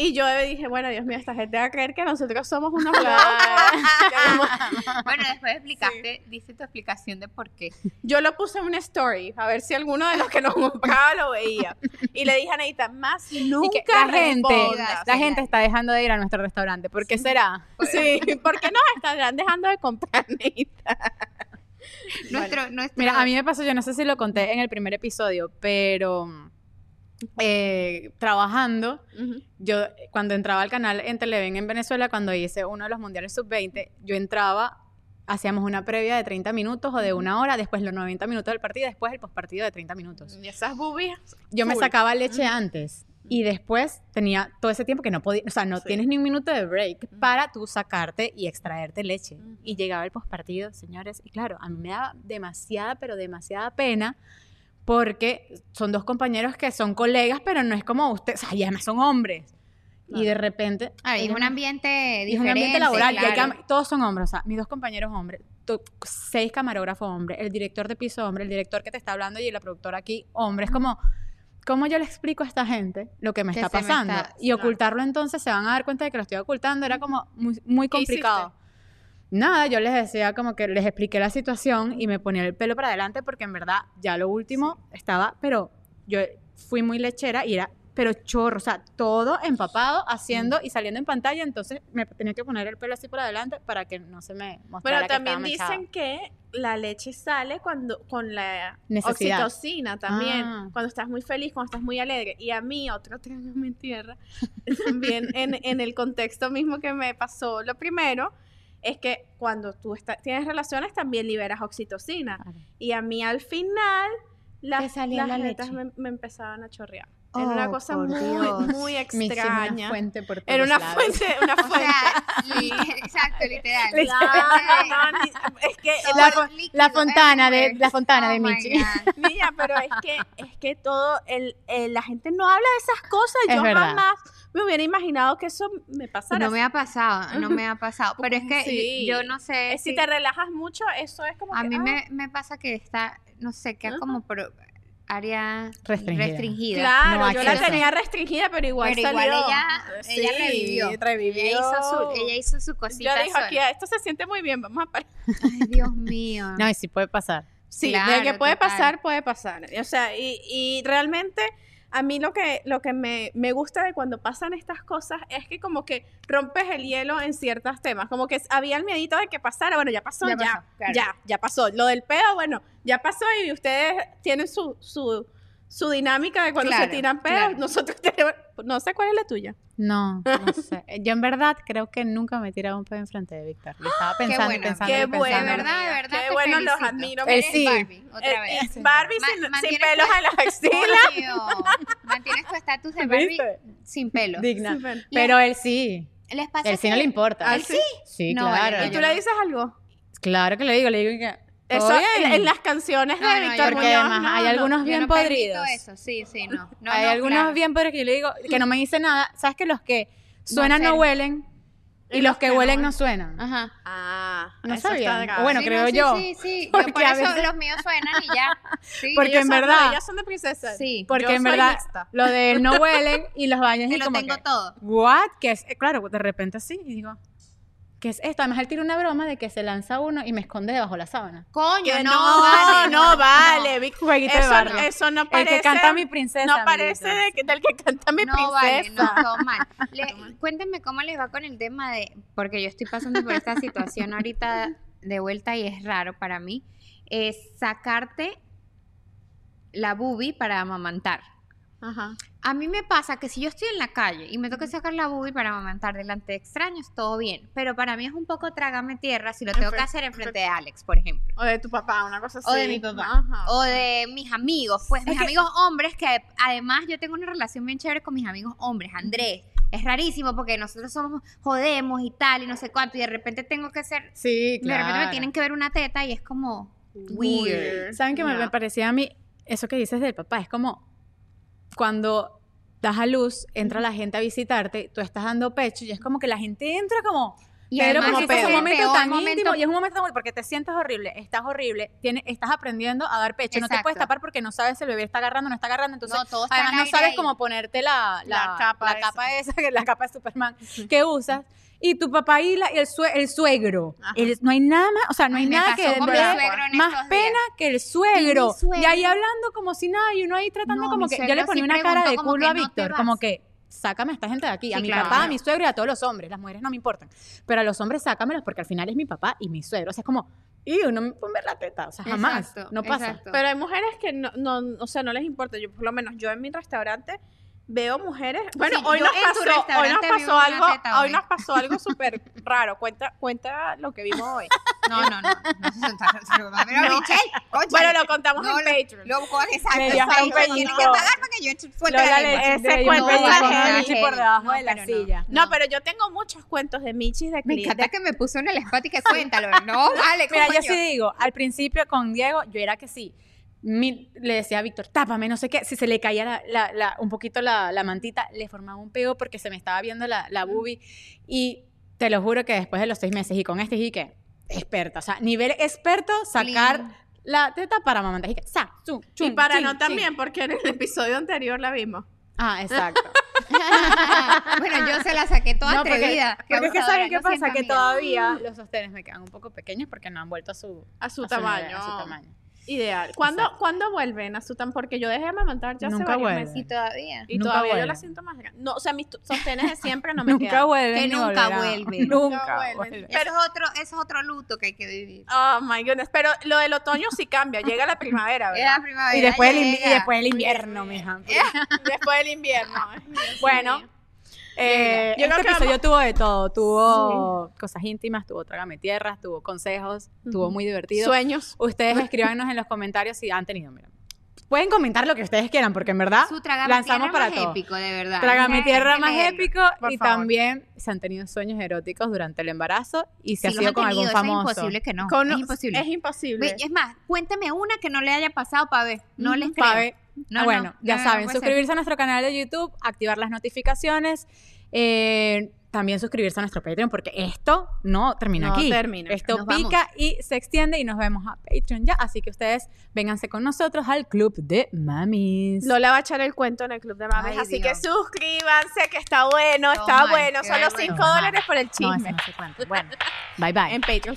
S3: Y yo dije, bueno, Dios mío, esta gente va a creer que nosotros somos unos locos.
S2: Bueno, después explicaste, dice tu explicación de por qué.
S3: Yo lo puse en una story, a ver si alguno de los que nos compraba lo veía. Y le dije a Neita, más
S1: Y
S3: nunca
S1: que la gente,
S3: respondas.
S1: la
S2: sí,
S1: gente
S2: ya.
S1: está dejando de ir a nuestro restaurante. ¿Por qué será?
S3: Sí, porque nos estarán dejando de comprar, Neita.
S2: Nuestro, nuestro,
S1: Mira, a mí me pasó, yo no sé si lo conté en el primer episodio, pero eh, trabajando, yo cuando entraba al canal en Televen en Venezuela, cuando hice uno de los mundiales sub-20, yo entraba, hacíamos una previa de 30 minutos o de una hora, después los 90 minutos del partido, después el postpartido de 30 minutos.
S3: Y esas boobies.
S1: Yo me
S3: Full.
S1: sacaba leche antes y después tenía todo ese tiempo que no podía, o sea, no
S3: Sí.
S1: tienes ni un minuto de break para tú sacarte y extraerte leche. Y llegaba el postpartido, señores, y claro, a mí me daba demasiada, pero demasiada pena porque son dos compañeros que son colegas, pero no es como ustedes, o sea, y además son hombres. Y de repente...
S2: Ah, y es
S1: ellos
S2: un
S1: me-
S2: ambiente diferente.
S1: y es un ambiente laboral. y hay
S2: claro.
S1: cam- todos son hombres. O sea, mis dos compañeros hombres, to- seis camarógrafos hombres, el director de piso hombre, el director que te está hablando y la productora aquí hombre. Es como, ¿cómo yo le explico a esta gente lo que me
S2: Que
S1: está
S2: se me
S1: pasando?
S2: está-
S1: y ocultarlo entonces se van a dar cuenta de que lo estoy ocultando. Era como muy, muy
S3: ¿Qué hiciste?
S1: complicado. Nada, yo les decía como que les expliqué la situación y me ponía el pelo para adelante porque en verdad ya lo último estaba, pero yo fui muy lechera y era, pero chorro, o sea, todo empapado, haciendo y saliendo en pantalla, entonces me tenía que poner el pelo así para adelante para que no se me mostrara
S3: Pero
S1: que estaba
S3: también dicen
S1: manchada.
S3: que la leche sale cuando con la
S1: Necesidad.
S3: oxitocina también,
S1: Ah.
S3: cuando estás muy feliz, cuando estás muy alegre. Y a mí, otro tema en mi tierra, también en, en el contexto mismo que me pasó lo primero, es que cuando tú está- tienes relaciones también liberas oxitocina.
S1: Claro.
S3: Y a mí al final las,
S5: salía
S3: las
S5: la
S3: tetas
S5: leche.
S3: me, me empezaban a chorrear. Era una
S2: Oh,
S3: cosa
S2: por
S3: muy,
S2: Dios.
S3: muy
S1: Me hicieron una
S3: extraña.
S1: fuente por
S3: Era
S1: todos
S3: una
S1: lados.
S3: fuente, una
S2: O
S3: fuente.
S2: sea, li- exacto, literal.
S3: Claro, no, ni- es que
S2: Todo
S1: La fo-
S2: líquido
S1: La fontana de,
S2: everywhere.
S1: la fontana de
S2: Oh my
S1: Michi.
S2: God.
S3: Mira, pero es que es que todo el, el- la gente no habla de esas cosas.
S1: Es
S3: Yo
S1: verdad.
S3: jamás me hubiera imaginado que eso me pasara.
S2: No me ha pasado, no me ha pasado. Pero es que
S3: Sí.
S2: yo no sé.
S3: Eh, si te relajas mucho, eso es como
S2: A
S3: que,
S2: mí
S3: ah,
S2: me, me pasa que está, no sé, que
S3: Ajá.
S2: como por área
S1: Restringida.
S2: restringida.
S3: Claro,
S1: no
S3: yo la
S1: acceso.
S3: tenía restringida, pero igual
S2: Pero igual
S3: salió.
S2: ella- ella revivió.
S3: revivió.
S2: Ella hizo, su, ella hizo su cosita
S3: Yo dijo
S2: sola.
S3: aquí, "Ah, esto se siente muy bien, vamos a parar.
S2: Ay, Dios mío.
S1: No, y sí puede pasar.
S3: Sí, de
S2: Claro,
S3: que puede
S2: total.
S3: pasar, puede pasar. O sea, y, y realmente a mí lo que, lo que me, me gusta de cuando pasan estas cosas es que como que rompes el hielo en ciertos temas. Como que había el miedito de que pasara, bueno, ya pasó, ya, ya
S2: pasó, claro.
S3: ya, pasó. Lo del pedo, bueno, ya pasó y ustedes tienen su, su, su dinámica de cuando
S2: Claro,
S3: se tiran pedos.
S2: claro.
S3: Nosotros tenemos. No sé cuál es la tuya.
S1: No, no sé. Yo en verdad creo que nunca me he tirado un pedo enfrente de Víctor. Lo estaba pensando y
S2: bueno,
S1: pensando
S2: Qué
S1: y
S2: bueno,
S1: pensando.
S2: de verdad, de verdad.
S3: Qué
S2: te
S3: bueno, los
S2: felicito.
S1: Eh,
S3: admiro. Miren,
S2: Eres
S1: sí.
S2: Barbie, otra
S3: eh,
S2: vez.
S3: es Barbie
S2: Ma-
S3: sin, sin
S2: mantienes
S3: pelos
S2: tu-
S3: a las axilas.
S2: Coño, Mantienes tu estatus de Barbie
S1: ¿Viste?
S2: sin pelo.
S1: Digna.
S3: Sí, bueno.
S1: Pero él sí.
S2: ¿Les pasa
S1: Él sí no
S2: que-
S1: le importa.
S3: ¿Ah, sí?
S1: Sí,
S2: No,
S1: claro.
S2: vale,
S3: ¿Y tú le dices algo?
S1: Claro que le digo, le digo que.
S3: Eso
S1: ¿todo
S3: en,
S1: bien?
S3: en las canciones de
S2: No, no, yo
S3: Víctor
S2: no.
S1: Porque
S3: Muñoz.
S1: además
S3: no,
S1: hay
S3: no.
S1: algunos
S2: Yo
S1: bien
S2: no permito
S1: podridos.
S2: eso, sí, sí, no. No,
S1: hay
S2: no,
S1: algunos
S2: claro.
S1: bien podridos que yo le digo que no me dicen nada. ¿Sabes que los que suenan no,
S2: sé.
S1: huelen y los que huelen no suenan?
S2: Ajá.
S3: Ah,
S1: No
S3: eso
S1: sabía.
S3: está grave.
S1: O bueno,
S2: Sí,
S1: creo
S2: no, sí,
S1: yo.
S2: Sí, sí,
S1: Porque
S2: Yo por
S1: a
S2: eso
S1: veces-
S2: los míos suenan y ya. Sí.
S1: Porque
S3: Ellos
S1: en
S3: son- no,
S1: verdad-
S3: ellos son de princesa.
S2: Sí.
S1: Porque
S3: Yo
S1: en
S3: soy
S1: verdad
S3: mixta.
S1: lo de él no huelen y los baños
S2: Te
S1: y
S2: lo
S1: como
S2: tengo
S1: que,
S2: todo.
S1: what, que es eh, claro, de repente sí y digo, ¿qué es esto? Además él tira una broma de que se lanza uno y me esconde debajo la sábana.
S2: Coño,
S3: Que
S2: no,
S3: no,
S2: vale,
S3: no vale, Vic.
S1: Jueguito de
S3: Eso,
S1: barrio.
S3: eso no
S1: El
S3: parece.
S1: que canta mi princesa.
S3: No
S1: amiguito.
S3: parece de que- del que canta mi
S2: No vale, no,
S3: princesa.
S2: todo mal. Le- cuéntenme cómo les va con el tema de, porque yo estoy pasando por esta situación ahorita de vuelta y es raro para mí, es sacarte la boobie para amamantar.
S3: Ajá.
S2: A mí me pasa que si yo estoy en la calle y me toca sacar la boobie para amamantar delante de extraños, todo bien, pero para mí es un poco trágame tierra si lo tengo que
S3: Enfre-
S2: hacer enfrente de Alex, por ejemplo.
S3: O de tu papá, una cosa así.
S2: O de mi papá.
S1: Ah,
S3: Ajá.
S2: O de mis amigos, pues mis amigos hombres, que además yo tengo una relación bien chévere con mis amigos hombres, Andrés. Es rarísimo porque nosotros somos, jodemos y tal, y no sé cuánto, y de repente tengo que ser,
S1: Sí,
S2: de repente me
S1: claro.
S2: tienen que ver una teta y es como weird.
S1: ¿Saben que me,
S2: No.
S1: me parecía a mí eso que dices del papá? Es como cuando das a luz, entra la gente a visitarte, tú estás dando pecho y es como que la gente entra como...
S2: Y
S1: pero
S2: además
S1: porque
S2: ese
S1: es un
S2: el
S1: momento
S2: peor
S1: tan
S2: momento.
S1: íntimo y es un momento tan bueno porque te sientes horrible, estás horrible, tienes, estás aprendiendo a dar pecho, no te
S2: Exacto.
S1: puedes tapar porque no sabes si el bebé está agarrando o no está agarrando, entonces
S2: no, todo está
S1: además
S2: al
S1: no
S2: aire
S1: sabes
S2: ahí.
S1: cómo ponerte la, la,
S3: La capa
S1: la
S3: esa.
S1: capa esa, que es la capa de Superman que usas y tu papá y, la- y el, sue- el suegro,
S3: Ajá.
S1: El- no hay nada más, o sea, no hay
S2: Me
S1: nada
S2: pasó
S1: que
S2: con mi
S1: dé-
S2: suegro en
S1: más
S2: estos días.
S1: pena que el suegro.
S2: Y mi
S1: Y ahí
S2: suegro.
S1: hablando como si nada, y uno ahí tratando
S2: No,
S1: como
S2: mi
S1: que. Yo
S2: suegro
S1: le ponía
S2: sí
S1: una cara
S2: preguntó
S1: de
S2: como
S1: culo
S2: que
S1: a
S2: no te
S1: Víctor,
S2: vas.
S1: como que. Sácame a esta gente de aquí, a
S2: Sí,
S1: mi
S2: claro.
S1: papá, a mi suegro y a todos los hombres. Las mujeres no me importan. Pero a los hombres sácamelos porque al final es mi papá y mi suegro. O sea, es como, y uno me pone la teta. O sea, jamás.
S2: Exacto,
S1: no pasa.
S2: exacto.
S3: Pero hay mujeres que no, no, o sea, no les importa. Yo, por lo menos, yo en mi restaurante veo mujeres. Bueno,
S2: Sí,
S3: hoy,
S2: yo
S3: nos
S2: en tu
S3: pasó, hoy nos
S2: restaurante vi
S3: pasó
S2: una
S3: algo,
S2: teta
S3: hoy
S2: hoy.
S3: nos pasó algo súper raro. Cuenta, cuenta lo que vimos hoy.
S2: No, no, no. No se está Pero
S3: No.
S2: Michelle,
S3: Bueno,
S2: cónchale,
S3: lo contamos
S2: No,
S3: en Patreon.
S2: lo coges exacto.
S1: Media
S2: exacto,
S1: rompe-
S2: Tienes que
S1: no.
S2: pagar para que yo eche fuerte
S1: Lola
S2: la
S1: le-
S2: lengua.
S3: ese
S1: le-
S3: cuento
S1: le-
S3: es
S1: le-
S3: heavy.
S1: Michi por debajo de la
S2: No, pero no.
S1: silla.
S3: no.
S2: no.
S3: pero yo tengo muchos cuentos de michis de
S2: Me
S3: cli-
S2: encanta
S3: de-
S2: que me puso en el espático que cuéntalo. No, vale,
S1: Mira, yo
S2: coño.
S1: sí digo, al principio con Diego, yo era que sí. mi- le decía a Víctor, tápame, no sé qué. Si se le caía la- la- la- un poquito la, la mantita, le formaba un pego porque se me estaba viendo la, la boobie. Y te lo juro que después de los seis meses y con este, dije que experta. O sea, nivel experto, sacar
S2: Clean.
S1: la teta para mamantar. Dije, sa, zum,
S3: Y
S1: chum,
S3: para
S1: chin,
S3: no
S1: chin.
S3: también, porque en el episodio anterior la vimos.
S1: Ah, exacto.
S2: Ah, bueno, yo se la saqué toda
S1: No, porque-
S2: atrevida.
S1: Porque es que saben
S2: Abusadora,
S1: qué
S2: lo
S1: pasa,
S2: siento,
S1: que
S2: amiga.
S1: todavía los sostenes me quedan un poco pequeños porque no han vuelto a su,
S3: A su,
S1: a su nivel,
S3: tamaño,
S1: a su tamaño.
S3: Ideal. ¿Cuándo,
S1: Exacto.
S3: ¿cuándo vuelven a su tamaño? Porque yo dejé de amamantar ya hace
S1: Nunca
S3: varios
S1: vuelven.
S2: Sí,
S3: meses.
S2: todavía.
S3: Y
S1: Nunca
S3: todavía yo
S1: vuelven.
S3: la siento más grande. No, o sea, mis t- sostenes de siempre no me
S1: Nunca
S3: quedan.
S1: vuelve.
S2: Que
S1: ni
S2: nunca
S1: volverá.
S2: vuelve.
S3: Nunca
S1: Nunca
S3: vuelve.
S1: vuelve.
S2: Pero es otro, es otro luto que hay que vivir.
S3: Oh my goodness. Pero lo del otoño sí cambia. Llega la primavera,
S2: Es la
S3: ¿verdad?
S2: primavera.
S1: Y después, el invi- y
S2: llega.
S1: después el invierno, mija.
S3: Después del invierno. Ay, Dios
S1: Bueno,
S3: mío.
S1: eh,
S3: Yo creo
S1: este
S3: que
S1: episodio tuvo de todo. Tuvo cosas íntimas, tuvo trágame tierras, tuvo consejos, tuvo muy divertido.
S3: sueños.
S1: Ustedes escríbanos en los comentarios si han tenido, mira. Pueden comentar lo que ustedes quieran, porque en verdad
S2: Su tragame
S1: lanzamos
S2: tierra
S1: para
S2: más
S1: todo.
S2: épico, de verdad.
S1: Trágame
S2: Hay
S1: tierra
S2: que
S1: más
S2: leerlo.
S1: épico
S3: por
S1: y
S3: favor.
S1: también se han tenido sueños eróticos durante el embarazo y se
S2: Sí,
S1: ha
S2: lo
S1: sido
S2: han
S1: con algún
S2: tenido, eso
S1: famoso.
S2: Es imposible que no.
S3: Con-
S2: es imposible.
S3: Es imposible.
S2: Ve, Es más, cuéntame una que no le haya pasado para ver. No les creo.
S1: Pa' ver.
S2: No,
S1: Ah,
S2: no,
S1: bueno, ya
S2: no, no, no
S1: saben,
S2: puede ser.
S1: suscribirse a nuestro canal de YouTube, activar las notificaciones, eh, también suscribirse a nuestro Patreon, porque esto no termina
S3: No
S1: aquí.
S3: termina.
S1: Esto
S2: Nos vamos.
S1: pica y se extiende y nos vemos a Patreon ya. Así que ustedes vénganse con nosotros al Club de Mamis.
S3: Lola va a echar el cuento en el club de mames,
S2: Ay,
S3: así
S2: Dios.
S3: que suscríbanse que está bueno, está
S2: Toman,
S3: bueno,
S2: qué
S3: solo
S2: bueno.
S3: 5
S1: Toman.
S3: dólares por el
S1: No, eso
S3: chisme.
S1: no se cuenta. Bueno, bye bye.
S3: en Patreon.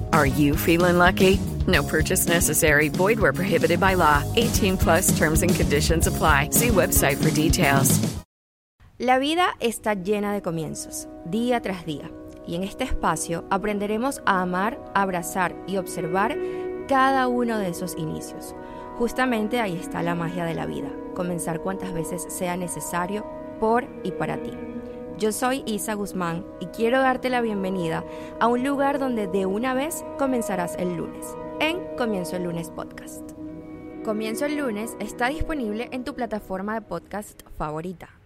S6: Are you feeling lucky? No purchase necessary. Void where prohibited by law. 18 plus terms and conditions apply. See website for details.
S7: La vida está llena de comienzos, día tras día, y en este espacio aprenderemos a amar, abrazar y observar cada uno de esos inicios. Justamente ahí está la magia de la vida, comenzar cuantas veces sea necesario por y para ti. Yo soy Isa Guzmán y quiero darte la bienvenida a un lugar donde de una vez comenzarás el lunes, en Comienzo el lunes podcast. Comienzo el lunes está disponible en tu plataforma de podcast favorita.